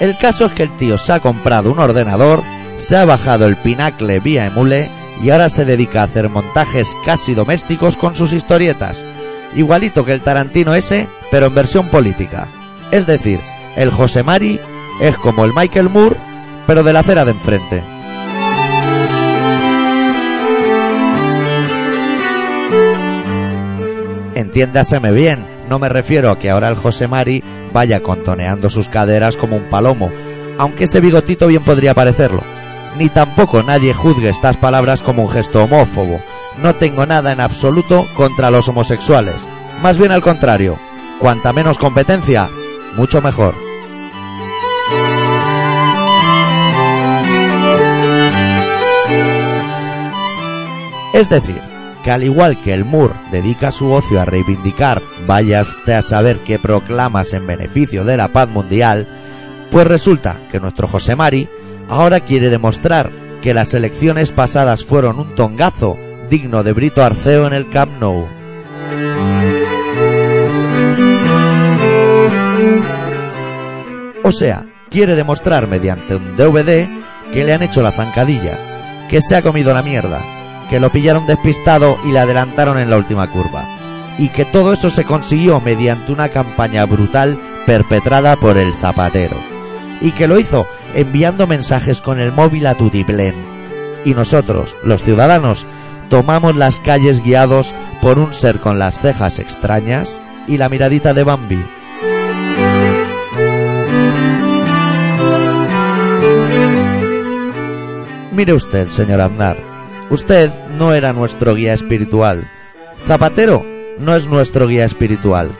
Speaker 1: El caso es que el tío se ha comprado un ordenador, se ha bajado el pinacle vía emule y ahora se dedica a hacer montajes casi domésticos con sus historietas igualito que el Tarantino ese, pero en versión política. Es decir, el José Mari es como el Michael Moore, pero de la acera de enfrente. Entiéndaseme bien, no me refiero a que ahora el José Mari vaya contoneando sus caderas como un palomo, aunque ese bigotito bien podría parecerlo. Ni tampoco nadie juzgue estas palabras como un gesto homófobo. No tengo nada en absoluto contra los homosexuales. Más bien al contrario, cuanta menos competencia, mucho mejor. Es decir, que al igual que el Moore dedica su ocio a reivindicar, vaya usted a saber qué proclamas en beneficio de la paz mundial, pues resulta que nuestro José Mari ahora quiere demostrar que las elecciones pasadas fueron un tongazo digno de Brito Arceo en el Camp Nou. O sea, quiere demostrar mediante un DVD que le han hecho la zancadilla, que se ha comido la mierda, que lo pillaron despistado y le adelantaron en la última curva. Y que todo eso se consiguió mediante una campaña brutal perpetrada por el zapatero. Y que lo hizo enviando mensajes con el móvil a Tutiplén. Y nosotros, los ciudadanos, tomamos las calles guiados por un ser con las cejas extrañas y la miradita de Bambi. Mire usted, señor Aznar, Usted no era nuestro guía espiritual. Zapatero no es nuestro guía espiritual.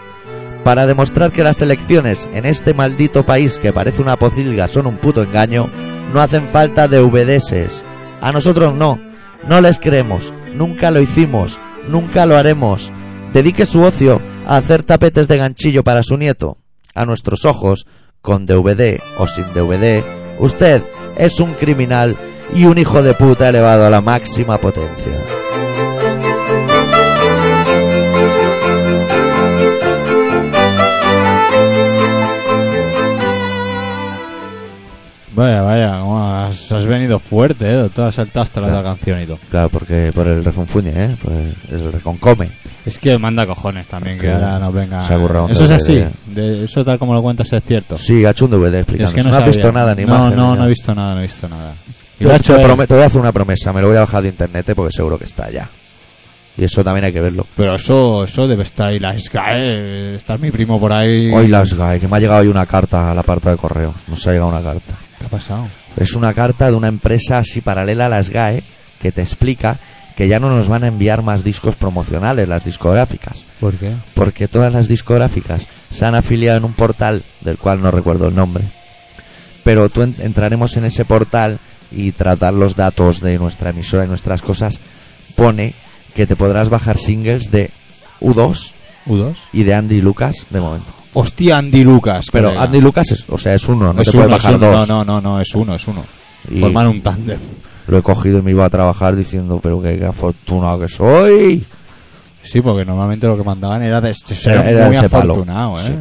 Speaker 1: Para demostrar que las elecciones en este maldito país que parece una pocilga son un puto engaño, no hacen falta DVDs. A nosotros no. No les creemos. Nunca lo hicimos. Nunca lo haremos. Dedique su ocio a hacer tapetes de ganchillo para su nieto. A nuestros ojos, con DVD o sin DVD, usted es un criminal y un hijo de puta elevado a la máxima potencia.
Speaker 2: Vaya, vaya, cómo has, has venido fuerte, ¿eh? doctor. Has saltado hasta la
Speaker 1: Claro.
Speaker 2: otra canción y todo.
Speaker 1: Claro, porque por el refunfuñe, ¿eh? Por el, el reconcome.
Speaker 2: Es que manda cojones también que
Speaker 1: Porque
Speaker 2: ahora nos venga.
Speaker 1: se ha currado un
Speaker 2: Eso es así.
Speaker 1: DVD.
Speaker 2: de- eso tal como lo cuentas es cierto.
Speaker 1: Sí, ha hecho un DVD explicando.
Speaker 2: es que no,
Speaker 1: no has
Speaker 2: sabía.
Speaker 1: visto nada ni
Speaker 2: No,
Speaker 1: imagen,
Speaker 2: no,
Speaker 1: ni
Speaker 2: no
Speaker 1: nada.
Speaker 2: he visto eh. nada, no he visto nada. Y
Speaker 1: Te,
Speaker 2: lo ha hecho
Speaker 1: te
Speaker 2: él.
Speaker 1: prome- te voy a hacer una promesa, me lo voy a bajar de internet eh, porque seguro que está allá. Y eso también hay que verlo.
Speaker 2: Pero eso, eso debe estar ahí. La SGAE, está mi primo por ahí.
Speaker 1: Hoy las GAE, que me ha llegado hoy una carta a la parte de correo. Nos ha llegado una carta.
Speaker 2: ¿Qué ha pasado?
Speaker 1: Es una carta de una empresa así paralela a las GAE que te explica que ya no nos van a enviar más discos promocionales las discográficas.
Speaker 2: ¿Por qué?
Speaker 1: porque todas las discográficas se han afiliado en un portal del cual no recuerdo el nombre. Pero tú en- entraremos en ese portal y tratar los datos de nuestra emisora y nuestras cosas. Pone que te podrás bajar singles de U2
Speaker 2: ¿U2?
Speaker 1: y de Andy Lucas de momento.
Speaker 2: Hostia, Andy Lucas.
Speaker 1: Pero
Speaker 2: colega.
Speaker 1: Andy Lucas es, o sea, es uno, no
Speaker 2: es
Speaker 1: te
Speaker 2: uno,
Speaker 1: puedes
Speaker 2: es
Speaker 1: bajar
Speaker 2: uno.
Speaker 1: dos.
Speaker 2: No, no, no, no, es uno, es uno.
Speaker 1: Y-
Speaker 2: Formar un tándem.
Speaker 1: Lo he cogido y me iba a trabajar diciendo, pero qué, qué afortunado que soy.
Speaker 2: Sí, porque normalmente lo que mandaban era de ser
Speaker 1: Era- era
Speaker 2: muy
Speaker 1: ese palo.
Speaker 2: afortunado, ¿eh?
Speaker 1: Sí.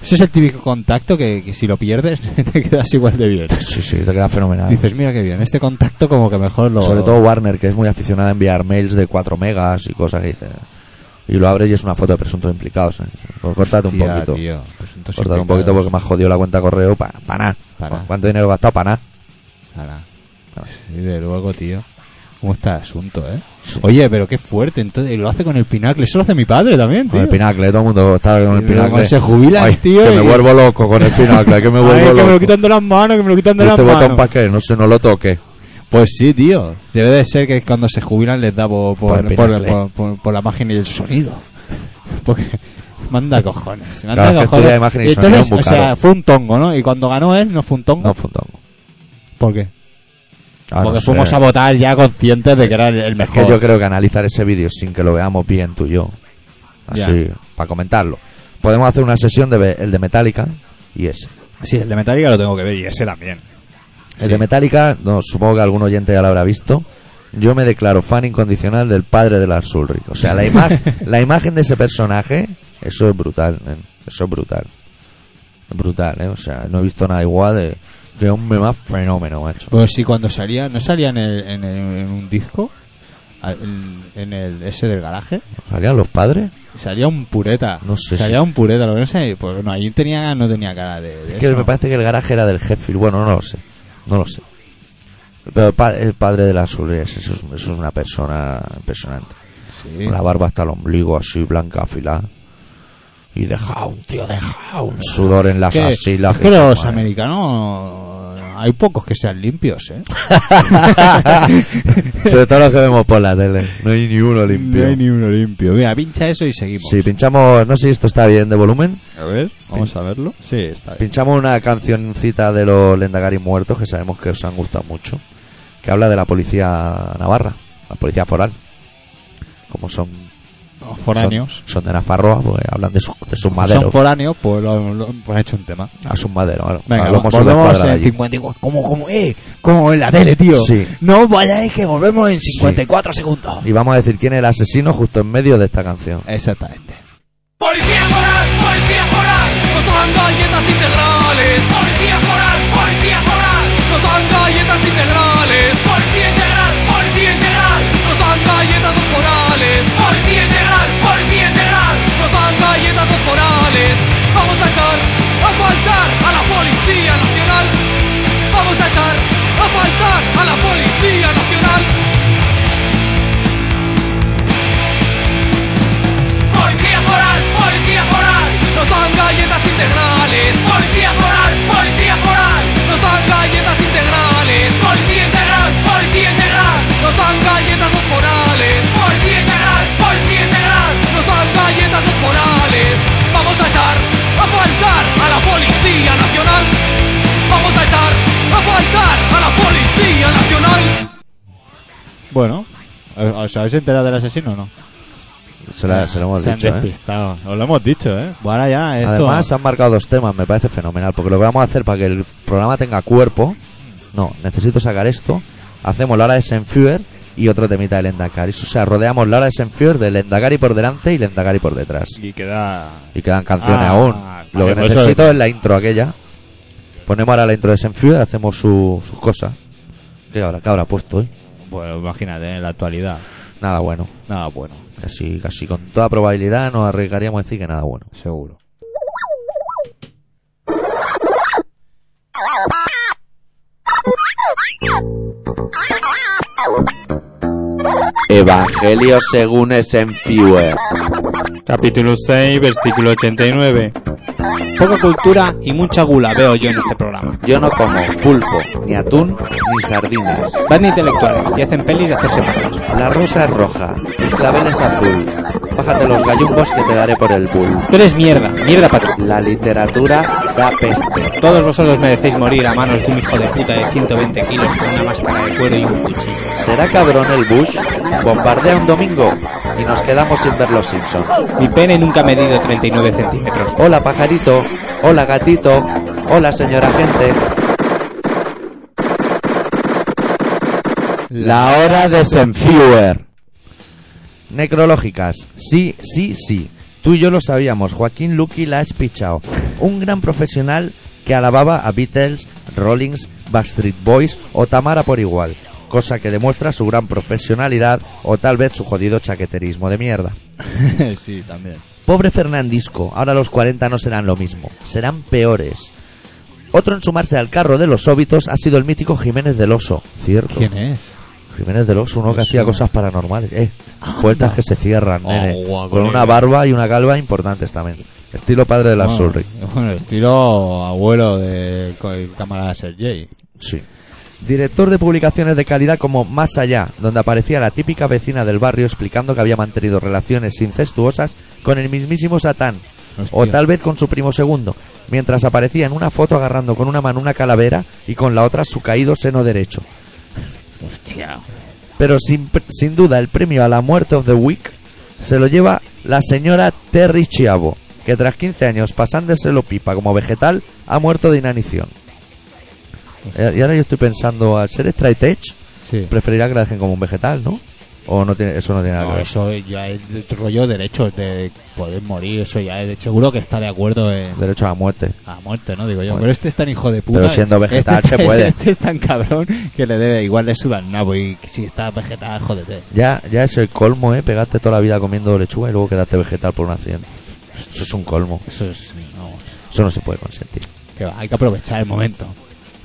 Speaker 2: Ese es el típico contacto que, que si lo pierdes te quedas igual de bien.
Speaker 1: Sí, sí, te queda fenomenal.
Speaker 2: Dices, mira qué bien, este contacto como que mejor lo...
Speaker 1: Sobre todo Warner, que es muy aficionada a enviar mails de 4 megas y cosas que dice. Y lo abres y es una foto de presuntos implicados. ¿eh? Pues córtate un
Speaker 2: Hostia,
Speaker 1: poquito.
Speaker 2: tío, pues presuntos
Speaker 1: Córtate un
Speaker 2: implicados.
Speaker 1: poquito porque me has jodido la cuenta correo para nada.
Speaker 2: Pa' nada.
Speaker 1: ¿Cuánto dinero he gastado para nada?
Speaker 2: Ala.
Speaker 1: Ala.
Speaker 2: Sí, de luego, tío. ¿Cómo está el asunto, eh?
Speaker 1: Sí.
Speaker 2: Oye, pero qué fuerte, entonces, y lo hace con el pinacle, eso lo hace mi padre también,
Speaker 1: Con
Speaker 2: tío.
Speaker 1: el pinacle, todo el mundo está con el
Speaker 2: Y luego
Speaker 1: pinacle.
Speaker 2: se jubila el
Speaker 1: Ay,
Speaker 2: tío
Speaker 1: Que
Speaker 2: y-
Speaker 1: me vuelvo loco con el pinacle, que me
Speaker 2: Ay,
Speaker 1: vuelvo
Speaker 2: que me lo
Speaker 1: loco.
Speaker 2: quitan de las manos, que me lo quitan de las
Speaker 1: este botón
Speaker 2: manos.
Speaker 1: para que no se no lo toque.
Speaker 2: Pues sí, tío. Debe de ser que cuando se jubilan les da por, por,
Speaker 1: Por el
Speaker 2: por-
Speaker 1: pinacle.
Speaker 2: por- por- por la imagen y el sonido. Porque manda cojones. Manda
Speaker 1: Claro, es que
Speaker 2: cojones.
Speaker 1: estudia imagen y
Speaker 2: Y
Speaker 1: sonido
Speaker 2: entonces,
Speaker 1: es muy
Speaker 2: o sea,
Speaker 1: caro.
Speaker 2: fue un tongo, ¿no? Y cuando ganó él, no fue un tongo.
Speaker 1: No fue un tongo.
Speaker 2: ¿Por qué?
Speaker 1: Ah,
Speaker 2: Porque
Speaker 1: no sé.
Speaker 2: fuimos a votar ya conscientes de que era el, el
Speaker 1: Es
Speaker 2: mejor.
Speaker 1: que yo creo que analizar ese vídeo sin que lo veamos bien tú y yo, así, para comentarlo. Podemos hacer una sesión de ve- el de Metallica y ese.
Speaker 2: Sí, el de Metallica lo tengo que ver y ese también.
Speaker 1: El de Metallica, no, supongo que algún oyente ya lo habrá visto. Yo me declaro fan incondicional del padre de Lars Ulrich. O sea, la, imagen la imagen de ese personaje, eso es brutal, nen. eso es brutal. Brutal, ¿eh? O sea, no he visto nada igual de, de hombre más fenómeno, macho.
Speaker 2: Pues sí, cuando salía, ¿no salía en, el- en el- en un disco? Al- En, en el ese del garaje.
Speaker 1: ¿Salían los padres?
Speaker 2: Salía un pureta.
Speaker 1: No sé
Speaker 2: Salía
Speaker 1: si-
Speaker 2: un pureta, lo que no sé. Pues no, ahí tenía, no tenía cara de. de
Speaker 1: Es que
Speaker 2: eso.
Speaker 1: me parece que el garaje era del jefe. Bueno, no lo sé. No lo sé. Pero el, pa- el padre de las Urias, eso es, eso es una persona impresionante.
Speaker 2: Sí.
Speaker 1: Con la barba hasta el ombligo, así blanca, afilada. Y dejado.
Speaker 5: Hound, tío, de Hound.
Speaker 1: Sudor en las
Speaker 2: Que-
Speaker 1: axilas.
Speaker 2: es que los
Speaker 1: Madre.
Speaker 2: americanos hay pocos que sean limpios, ¿eh?
Speaker 1: Sobre todo los que vemos por la tele. No hay ni uno limpio.
Speaker 2: No hay ni uno limpio. Mira, pincha eso y seguimos.
Speaker 1: Si pinchamos, no sé si esto está bien de volumen,
Speaker 2: A ver, vamos a verlo. Sí, está bien.
Speaker 1: pinchamos una cancioncita de los Lendakari muertos que sabemos que os han gustado mucho, que habla de la policía navarra, la policía foral. Como son,
Speaker 2: Los foráneos.
Speaker 1: son de Nafarroa, pues hablan de, sus- de sus
Speaker 2: Son
Speaker 1: maderos.
Speaker 2: foráneos, pues lo, lo- pues han hecho un tema.
Speaker 1: A sus maderos, a los-
Speaker 2: Venga,
Speaker 1: a los
Speaker 2: vamos
Speaker 1: mozos de
Speaker 2: volvemos
Speaker 1: cuadra de
Speaker 2: en
Speaker 1: allí.
Speaker 2: 54. Como, como, eh, como en la tele, tío.
Speaker 1: Sí.
Speaker 2: No vayáis que volvemos en 50.
Speaker 5: 54 segundos.
Speaker 1: Y vamos a decir quién es el asesino justo en medio de esta canción.
Speaker 2: Exactamente.
Speaker 4: Policía foral, policía foral, nos dan galletas integrales. Policía foral, policía foral, nos dan galletas integrales. Policía integral, policía integral, nos dan galletas los forales. Policía integral, policía integral, nos dan galletas los forales. Vamos a echar a faltar a la policía nacional. Vamos a echar a faltar a la policía nacional. Policía foral, policía foral, nos dan galletas integrales. Policía foral, policía foral, nos dan galletas integrales. Policía integral, policía integral, nos dan galletas los forales. Policía integral, policía integral, nos dan galletas los forales. Vamos a echar a faltar a la policía nacional. Vamos a echar a faltar a la policía nacional.
Speaker 2: Bueno, ¿os habéis enterado del asesino o no?
Speaker 1: Se, la- se lo hemos
Speaker 2: Se
Speaker 1: dicho,
Speaker 2: han
Speaker 1: ¿eh?
Speaker 2: despistado. Os lo hemos dicho, ¿eh? Bueno, ahora ya esto...
Speaker 1: Además, han marcado dos temas, me parece fenomenal. Porque lo que vamos a hacer para que el programa tenga cuerpo. No, necesito sacar esto. Hacemos la hora de Senfuer y otro temita de Lendakari. O sea, rodeamos la hora de Senfuer de Lendakari por delante y Lendakari por detrás.
Speaker 2: Y queda...
Speaker 1: Y quedan canciones
Speaker 2: Ah,
Speaker 1: aún.
Speaker 2: vale,
Speaker 1: lo que
Speaker 2: pues eso
Speaker 1: necesito
Speaker 2: es-
Speaker 1: es la intro aquella. Ponemos ahora la intro de Senfuer, hacemos su- sus cosas. ¿Qué habrá, qué habrá puesto hoy?
Speaker 2: Bueno, imagínate, en la actualidad.
Speaker 1: Nada bueno.
Speaker 2: Nada bueno,
Speaker 1: Casi, casi con toda probabilidad nos arriesgaríamos a decir que nada bueno.
Speaker 2: seguro.
Speaker 1: Evangelio según Senfuer.
Speaker 6: Capítulo 6, versículo 89.
Speaker 2: Poca cultura y mucha gula veo yo en este programa.
Speaker 1: Yo no como pulpo, ni atún, ni sardinas.
Speaker 2: Van de intelectuales y hacen pelis de hacerse malos.
Speaker 1: La rosa es roja, el clavel es azul. Bájate los gallumbos que te daré por el bull.
Speaker 2: Tú eres mierda, mierda para ti.
Speaker 1: La literatura da peste.
Speaker 2: Todos vosotros merecéis morir a manos de un hijo de puta de 120 kilos con una máscara de cuero y un cuchillo.
Speaker 1: ¿Será cabrón el Bush? Bombardea un domingo y nos quedamos sin ver los Simpsons.
Speaker 2: Mi pene nunca ha medido 39 centímetros.
Speaker 1: Hola pajarito, hola gatito, hola señora gente. La hora de Senfuer. Necrológicas. Sí, sí, sí. Tú y yo lo sabíamos. Joaquín Luqui la has pichado. Un gran profesional que alababa a Beatles, Rollings, Backstreet Boys o Tamara por igual. Cosa que demuestra su gran profesionalidad o tal vez su jodido chaqueterismo de mierda.
Speaker 2: sí, también.
Speaker 1: Pobre Fernandisco, ahora los 40 no serán lo mismo, serán peores. Otro en sumarse al carro de los óbitos ha sido el mítico Jiménez del Oso, ¿cierto?
Speaker 2: ¿Quién eh? Pues es?
Speaker 1: Jiménez del Oso, uno que
Speaker 2: Eso.
Speaker 1: hacía cosas paranormales, eh. Puertas que se cierran,
Speaker 2: Ah, Oh,
Speaker 1: nene.
Speaker 2: guau,
Speaker 1: Con
Speaker 2: colega.
Speaker 1: una barba y una calva importantes también. Estilo padre de
Speaker 2: Ah.
Speaker 1: la Surrey.
Speaker 2: Bueno, estilo abuelo de co- cámara Sergei.
Speaker 1: Sí. Director de publicaciones de calidad como Más Allá, donde aparecía la típica vecina del barrio explicando que había mantenido relaciones incestuosas con el mismísimo Satán, o
Speaker 2: Hostia.
Speaker 1: tal vez con su primo segundo, mientras aparecía en una foto agarrando con una mano una calavera y con la otra su caído seno derecho. Pero sin, pr- sin duda el premio a la muerte of the week se lo lleva la señora Terry Chiavo, que tras 15 años pasándoselo pipa como vegetal ha muerto de inanición. Eh, Y ahora yo estoy pensando, al ser straight edge,
Speaker 2: Sí.
Speaker 1: preferirá que la dejen como un vegetal, ¿no? O no tiene, eso no tiene nada que
Speaker 2: No,
Speaker 1: ver.
Speaker 2: eso ya es rollo de derechos de poder morir, eso ya es seguro que está de acuerdo en
Speaker 1: Derecho a la muerte.
Speaker 2: a muerte, ¿no? Digo yo.
Speaker 1: Bueno.
Speaker 2: Pero este es tan hijo de puta.
Speaker 1: Pero siendo vegetal
Speaker 2: este
Speaker 1: se puede.
Speaker 2: Este es tan cabrón que le debe igual de sudan nabo y que si está vegetal, jódete.
Speaker 1: Ya, ya es el colmo, ¿eh? Pegarte toda la vida comiendo lechuga y luego quedarte vegetal por un accidente. Eso es un colmo.
Speaker 2: Eso es, no,
Speaker 1: Eso no se puede consentir.
Speaker 2: que va, hay que aprovechar el momento.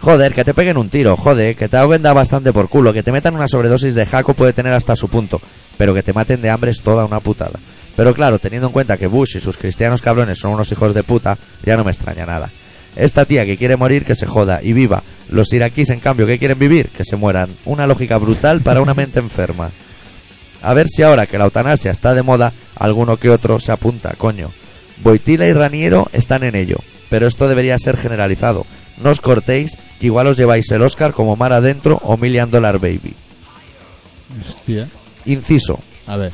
Speaker 1: Joder, que te peguen un tiro, joder, que te ahoguen da bastante por culo, que te metan una sobredosis de jaco puede tener hasta su punto, pero que te maten de hambre es toda una putada. Pero claro, teniendo en cuenta que Bush y sus cristianos cabrones son unos hijos de puta, ya no me extraña nada. Esta tía que quiere morir, que se joda y viva. Los iraquíes, en cambio, que quieren vivir, que se mueran. Una lógica brutal para una mente enferma. A ver si ahora que la eutanasia está de moda, alguno que otro se apunta, coño. Boitila y Raniero están en ello, pero esto debería ser generalizado. No os cortéis, que igual os lleváis el Oscar como mar adentro o Million Dollar Baby.
Speaker 7: Hostia.
Speaker 1: Inciso.
Speaker 7: A ver.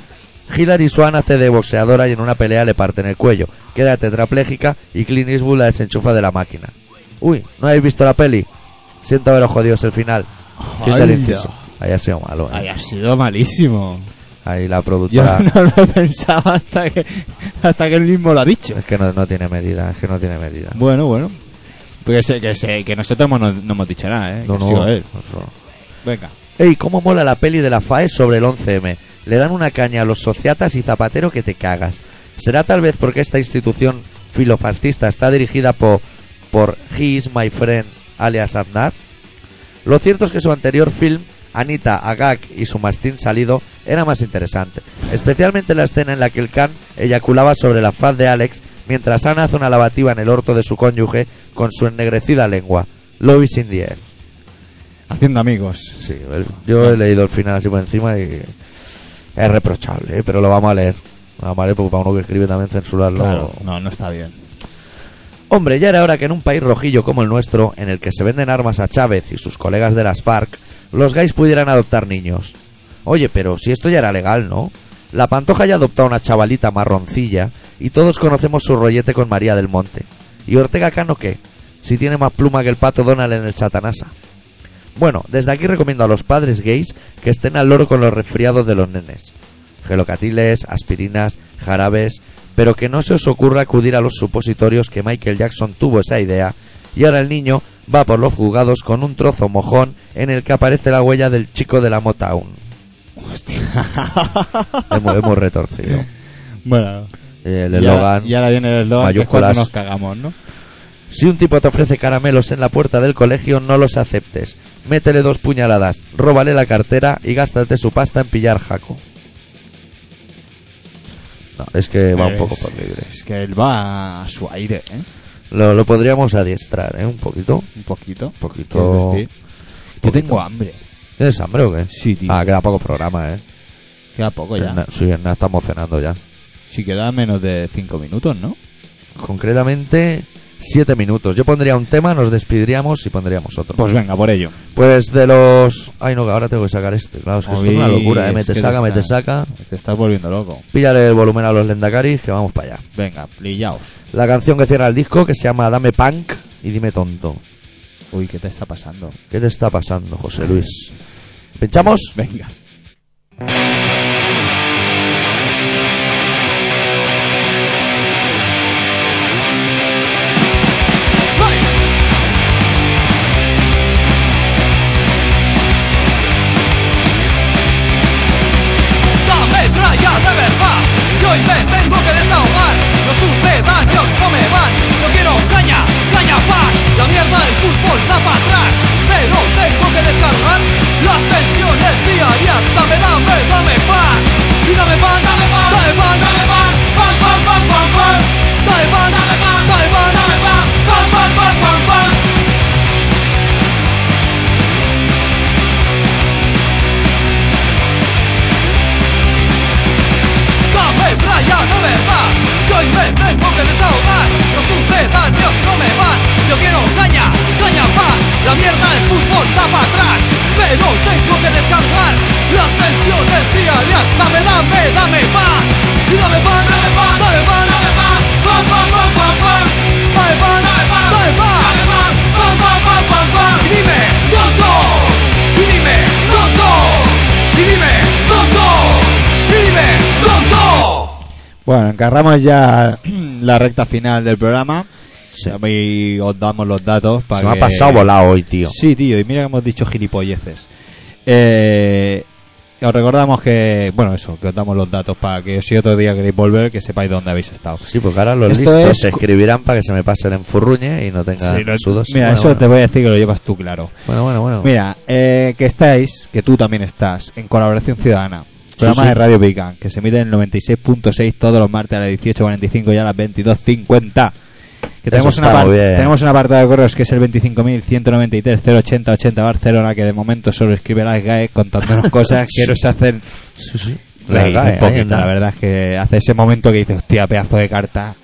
Speaker 1: Hilary Swan hace de boxeadora y en una pelea le parten el cuello. Queda tetrapléjica y Clint Eastwood la desenchufa de la máquina. Uy, ¿no habéis visto la peli? Siento haberos jodidos el final. Fin del
Speaker 7: Anda.
Speaker 1: inciso. Ahí ha sido malo. ¿eh?
Speaker 2: Ay, ha sido malísimo.
Speaker 1: Ahí la
Speaker 2: Yo
Speaker 1: productora...
Speaker 2: no lo pensaba hasta que, hasta que él mismo lo ha dicho.
Speaker 1: Es que no, no tiene medida, es que no tiene medida.
Speaker 2: Bueno, bueno. Porque sé, que, sé, que nosotros no, no hemos dicho nada, ¿eh?
Speaker 1: No,
Speaker 2: Que ha sido
Speaker 1: no,
Speaker 2: él.
Speaker 1: eso.
Speaker 2: Venga.
Speaker 1: Ey, cómo mola la peli de la FAE sobre el 11M. Le dan una caña a los sociatas y zapatero que te cagas. Será tal vez porque esta institución filofascista está dirigida po- por He is my friend, alias Aznar. Lo cierto es que su anterior film, Anita, Agag y su mastín salido, era más interesante. Especialmente la escena en la que el Khan eyaculaba sobre la faz de Alex mientras Ana hace una lavativa en el orto de su cónyuge con su ennegrecida lengua. Love is in the air.
Speaker 2: Haciendo amigos.
Speaker 1: Sí, el- yo he leído el final así por encima y es reprochable, ¿eh? pero lo vamos a leer. Lo vamos a leer porque para uno que escribe también censurarlo.
Speaker 2: No, no está bien.
Speaker 1: Hombre, ya era hora que en un país rojillo como el nuestro, en el que se venden armas a Chávez y sus colegas de las FARC, los gays pudieran adoptar niños. Oye, pero si esto ya era legal, ¿no? La Pantoja ya adoptó a una chavalita marroncilla y todos conocemos su rollete con María del Monte. ¿Y Ortega Cano qué? Si tiene más pluma que el pato Donald en el Satanasa. Bueno, desde aquí recomiendo a los padres gays que estén al loro con los resfriados de los nenes. Gelocatiles, aspirinas, jarabes, pero que no se os ocurra acudir a los supositorios que Michael Jackson tuvo esa idea y ahora el niño va por los jugados con un trozo mojón en el que aparece la huella del chico de la Motown. Hemos, hemos retorcido.
Speaker 2: Bueno.
Speaker 1: El
Speaker 2: y, ahora,
Speaker 1: eslogan,
Speaker 2: y ahora viene el eslogan que es
Speaker 1: mayúsculas.
Speaker 2: cuando nos cagamos, ¿no?
Speaker 1: Si un tipo te ofrece caramelos en la puerta del colegio, no los aceptes. Métele dos puñaladas, róbale la cartera y gástate su pasta en pillar jaco. No, es que va un poco
Speaker 2: Es-
Speaker 1: por libre.
Speaker 2: Es que él va a su aire, ¿eh?
Speaker 1: Lo, lo podríamos adiestrar, ¿eh? Un poquito.
Speaker 2: Un poquito.
Speaker 1: poquito.
Speaker 2: Es decir, Yo tengo hambre.
Speaker 1: ¿Tienes hambre o qué?
Speaker 2: Sí, tío.
Speaker 1: Ah, queda poco programa, ¿eh?
Speaker 2: Queda poco ya.
Speaker 1: Na- Sí, na- estamos cenando ya.
Speaker 2: Si queda menos de 5 minutos, ¿no?
Speaker 1: Concretamente, siete minutos. Yo pondría un tema, nos despediríamos y pondríamos otro.
Speaker 2: Pues venga, por ello.
Speaker 1: Pues de los... Ay, no, que ahora tengo que sacar este. Claro, es que esto es una
Speaker 2: Uy,
Speaker 1: locura, ¿eh?
Speaker 2: es
Speaker 1: Me te
Speaker 2: que
Speaker 1: saca,
Speaker 2: te
Speaker 1: me te
Speaker 2: está-
Speaker 1: saca.
Speaker 2: Te estás volviendo loco.
Speaker 1: Píllale el volumen a los lendacaris que vamos para allá.
Speaker 2: Venga, lillaos.
Speaker 1: La canción que cierra el disco que se llama Dame Punk y Dime Tonto.
Speaker 2: Uy, ¿qué te está pasando?
Speaker 1: ¿Qué te está pasando, José Luis? ¿Pinchamos?
Speaker 2: Venga.
Speaker 4: Dame tralla de verdad Que hoy me tengo que desahogar Los sucedáneos no me van No quiero caña, caña pan La mierda del fútbol da para atrás Pero tengo que descargar Las tensiones diarias Dame, dame, dame pan Y dame pan, dame pan, dame pan Dame pan, pan, pan, pan, pan, pan Dame pan, dame pan, dame pan Dame pan, pan, pan, pan, pan, pan Dame playa de verdad Que hoy me tengo que desahogar Los sucedáneos no me van Yo quiero caña, caña pan La mierda del fútbol da para atrás Pero tengo que descargar Las tensiones diarias Dame, dame, dame pan Y dame pan, dame pan, dame pan Dame pan, pan, pan, pan, pan, pan Dame pan, dame pan, dame pan Dame pan, pan, pan, pan, pan, pan Y dime, tonto Y dime, tonto Y dime, tonto Y dime, tonto
Speaker 2: Bueno, encarramos ya la recta final del programa.
Speaker 1: Sí.
Speaker 2: Y os damos los datos para
Speaker 1: Se me ha
Speaker 2: que-
Speaker 1: pasado volado hoy, tío.
Speaker 2: Sí, tío, y mira que hemos dicho gilipolleces. Eh, Os recordamos que, Eh, bueno, eso, que os damos los datos para que si otro día queréis volver, que sepáis dónde habéis estado.
Speaker 1: Sí, porque ahora los
Speaker 2: Esto
Speaker 1: listos
Speaker 2: es-
Speaker 1: se escribirán para que se me pasen en furruñe y no tengan
Speaker 2: Sí, lo-
Speaker 1: sudos.
Speaker 2: Mira,
Speaker 1: Bueno,
Speaker 2: eso
Speaker 1: bueno.
Speaker 2: te voy a decir que lo llevas tú claro.
Speaker 1: Bueno, bueno, bueno.
Speaker 2: Mira, eh, que estáis, que tú también estás, en Colaboración Ciudadana, programa
Speaker 1: sí.
Speaker 2: de Radio Pican, que se emite en el 96.6 todos los martes a las 18.45 y a las 22.50. Que
Speaker 1: Eso
Speaker 2: tenemos, una
Speaker 1: está muy bien.
Speaker 2: tenemos una apartado de correos que es el 25.193.080.80 Barcelona, que de momento solo escribe las GAE eh, contándonos cosas que nos hacen
Speaker 1: La
Speaker 2: reír
Speaker 1: GAE,
Speaker 2: un
Speaker 1: ahí
Speaker 2: poquito.
Speaker 1: está.
Speaker 2: La verdad es que hace ese momento que dices, hostia, pedazo de carta.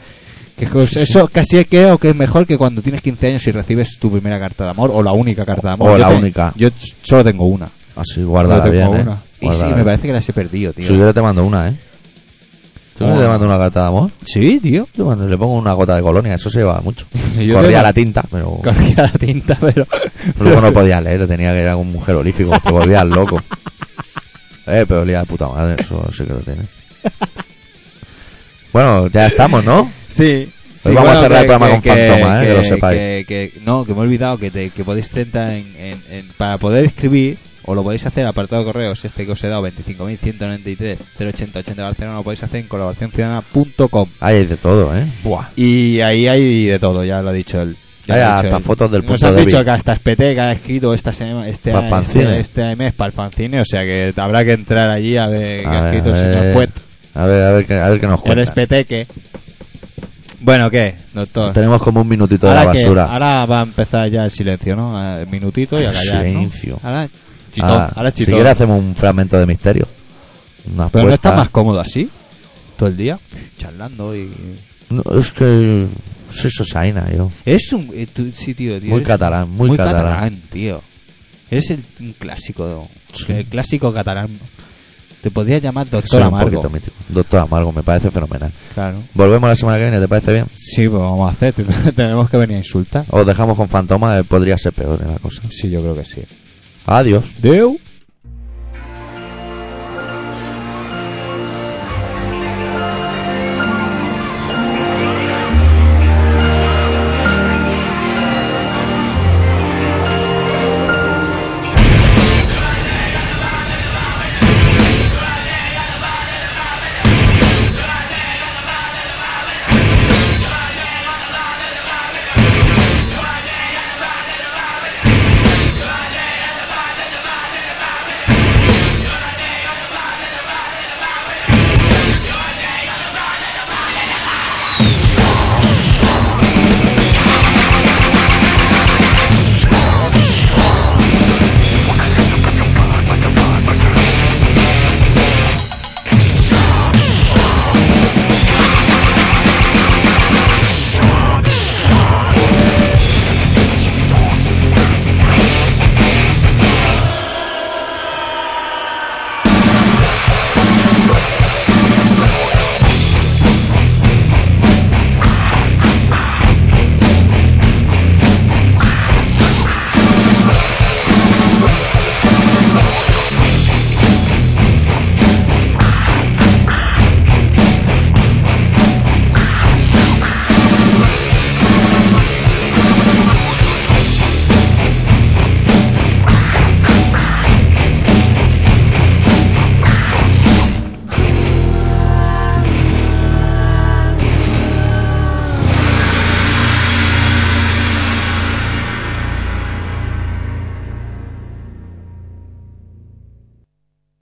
Speaker 2: Que jo- eso casi creo que es mejor que cuando tienes 15 años y recibes tu primera carta de amor o la única carta de amor.
Speaker 1: O la
Speaker 2: te-
Speaker 1: única.
Speaker 2: Yo s- solo tengo una.
Speaker 1: Así, guárdala
Speaker 2: Solo
Speaker 1: bien,
Speaker 2: tengo
Speaker 1: eh.
Speaker 2: una. Y sí,
Speaker 1: Guárdala
Speaker 2: me
Speaker 1: bien.
Speaker 2: parece que las he perdido, tío.
Speaker 1: Si yo te mando una, eh. ¿Tú no
Speaker 2: Ah.
Speaker 1: te mando una carta de amor?
Speaker 2: Sí, tío.
Speaker 1: Yo cuando le pongo una gota de colonia, eso se lleva mucho.
Speaker 2: Y
Speaker 1: Corría
Speaker 2: yo te mando-
Speaker 1: la tinta, pero
Speaker 2: Corría la tinta, pero.
Speaker 1: Pues luego no podía leer, tenía que ir a un mujer olífico, te volvías loco. Eh, pero olía de puta madre, eso sí que lo tiene. Bueno, ya estamos, ¿no? Pues
Speaker 2: Sí. sí,
Speaker 1: vamos a cerrar el
Speaker 2: que-
Speaker 1: programa con
Speaker 2: que-
Speaker 1: Fantoma, eh, que lo sepáis.
Speaker 2: que- que- no, que me he olvidado que, te- que podéis tentar en, en- en- para poder escribir, o lo podéis hacer apartado de correos, este que os he dado, 25.193, 08080 Barcelona, lo podéis hacer en colaboracionciudadana.com.
Speaker 1: Ahí hay de todo, ¿eh?
Speaker 2: Y ahí hay de todo, ya lo ha dicho él. Ya
Speaker 1: Hay
Speaker 2: lo ha
Speaker 1: hasta
Speaker 2: él.
Speaker 1: fotos del
Speaker 2: Nos
Speaker 1: punto
Speaker 2: han
Speaker 1: débil.
Speaker 2: dicho que hasta Espeteca ha escrito esta sema- este,
Speaker 1: Pa'l fanzine.
Speaker 2: este, este mes para el fanzine, o sea que habrá que entrar allí a ver qué
Speaker 1: A
Speaker 2: ha
Speaker 1: ver,
Speaker 2: escrito el
Speaker 1: a ver.
Speaker 2: señor Fuet.
Speaker 1: A ver, a ver, qué- a ver qué nos
Speaker 2: El
Speaker 1: cuentan.
Speaker 2: Espeteque. Bueno, ¿qué, doctor?
Speaker 1: Tenemos como un minutito de la
Speaker 2: que-
Speaker 1: basura.
Speaker 2: ahora va a empezar ya el silencio, ¿no? A- El minutito y a callar, ¿no?
Speaker 1: Silencio.
Speaker 2: Ahora chitón,
Speaker 1: Ah,
Speaker 2: ahora
Speaker 1: si
Speaker 2: chitón.
Speaker 1: quieres hacemos un fragmento de misterio. Una
Speaker 2: Pero no
Speaker 1: apuesta.
Speaker 2: está más cómodo así, todo el día, charlando y...
Speaker 1: No, es que soy sosaina yo.
Speaker 2: Es un... eh, tú- sí, tío, tío,
Speaker 1: Muy
Speaker 2: eres-
Speaker 1: catalán, muy,
Speaker 2: muy
Speaker 1: catalán.
Speaker 2: catalán. tío. Eres el, un clásico, ¿no?
Speaker 1: Sí.
Speaker 2: el clásico catalán. Te podría llamar
Speaker 1: Soy
Speaker 2: doctor
Speaker 1: un
Speaker 2: Amargo.
Speaker 1: poquito mítico. Doctor Amargo, me parece fenomenal.
Speaker 2: Claro.
Speaker 1: Volvemos la semana que viene, ¿te parece bien?
Speaker 2: Sí, pues vamos a hacer. Tenemos que venir a insultar.
Speaker 1: Os dejamos con Fantoma, eh, podría ser peor eh, la cosa.
Speaker 2: Sí, yo creo que sí.
Speaker 1: Adiós.
Speaker 2: Deu.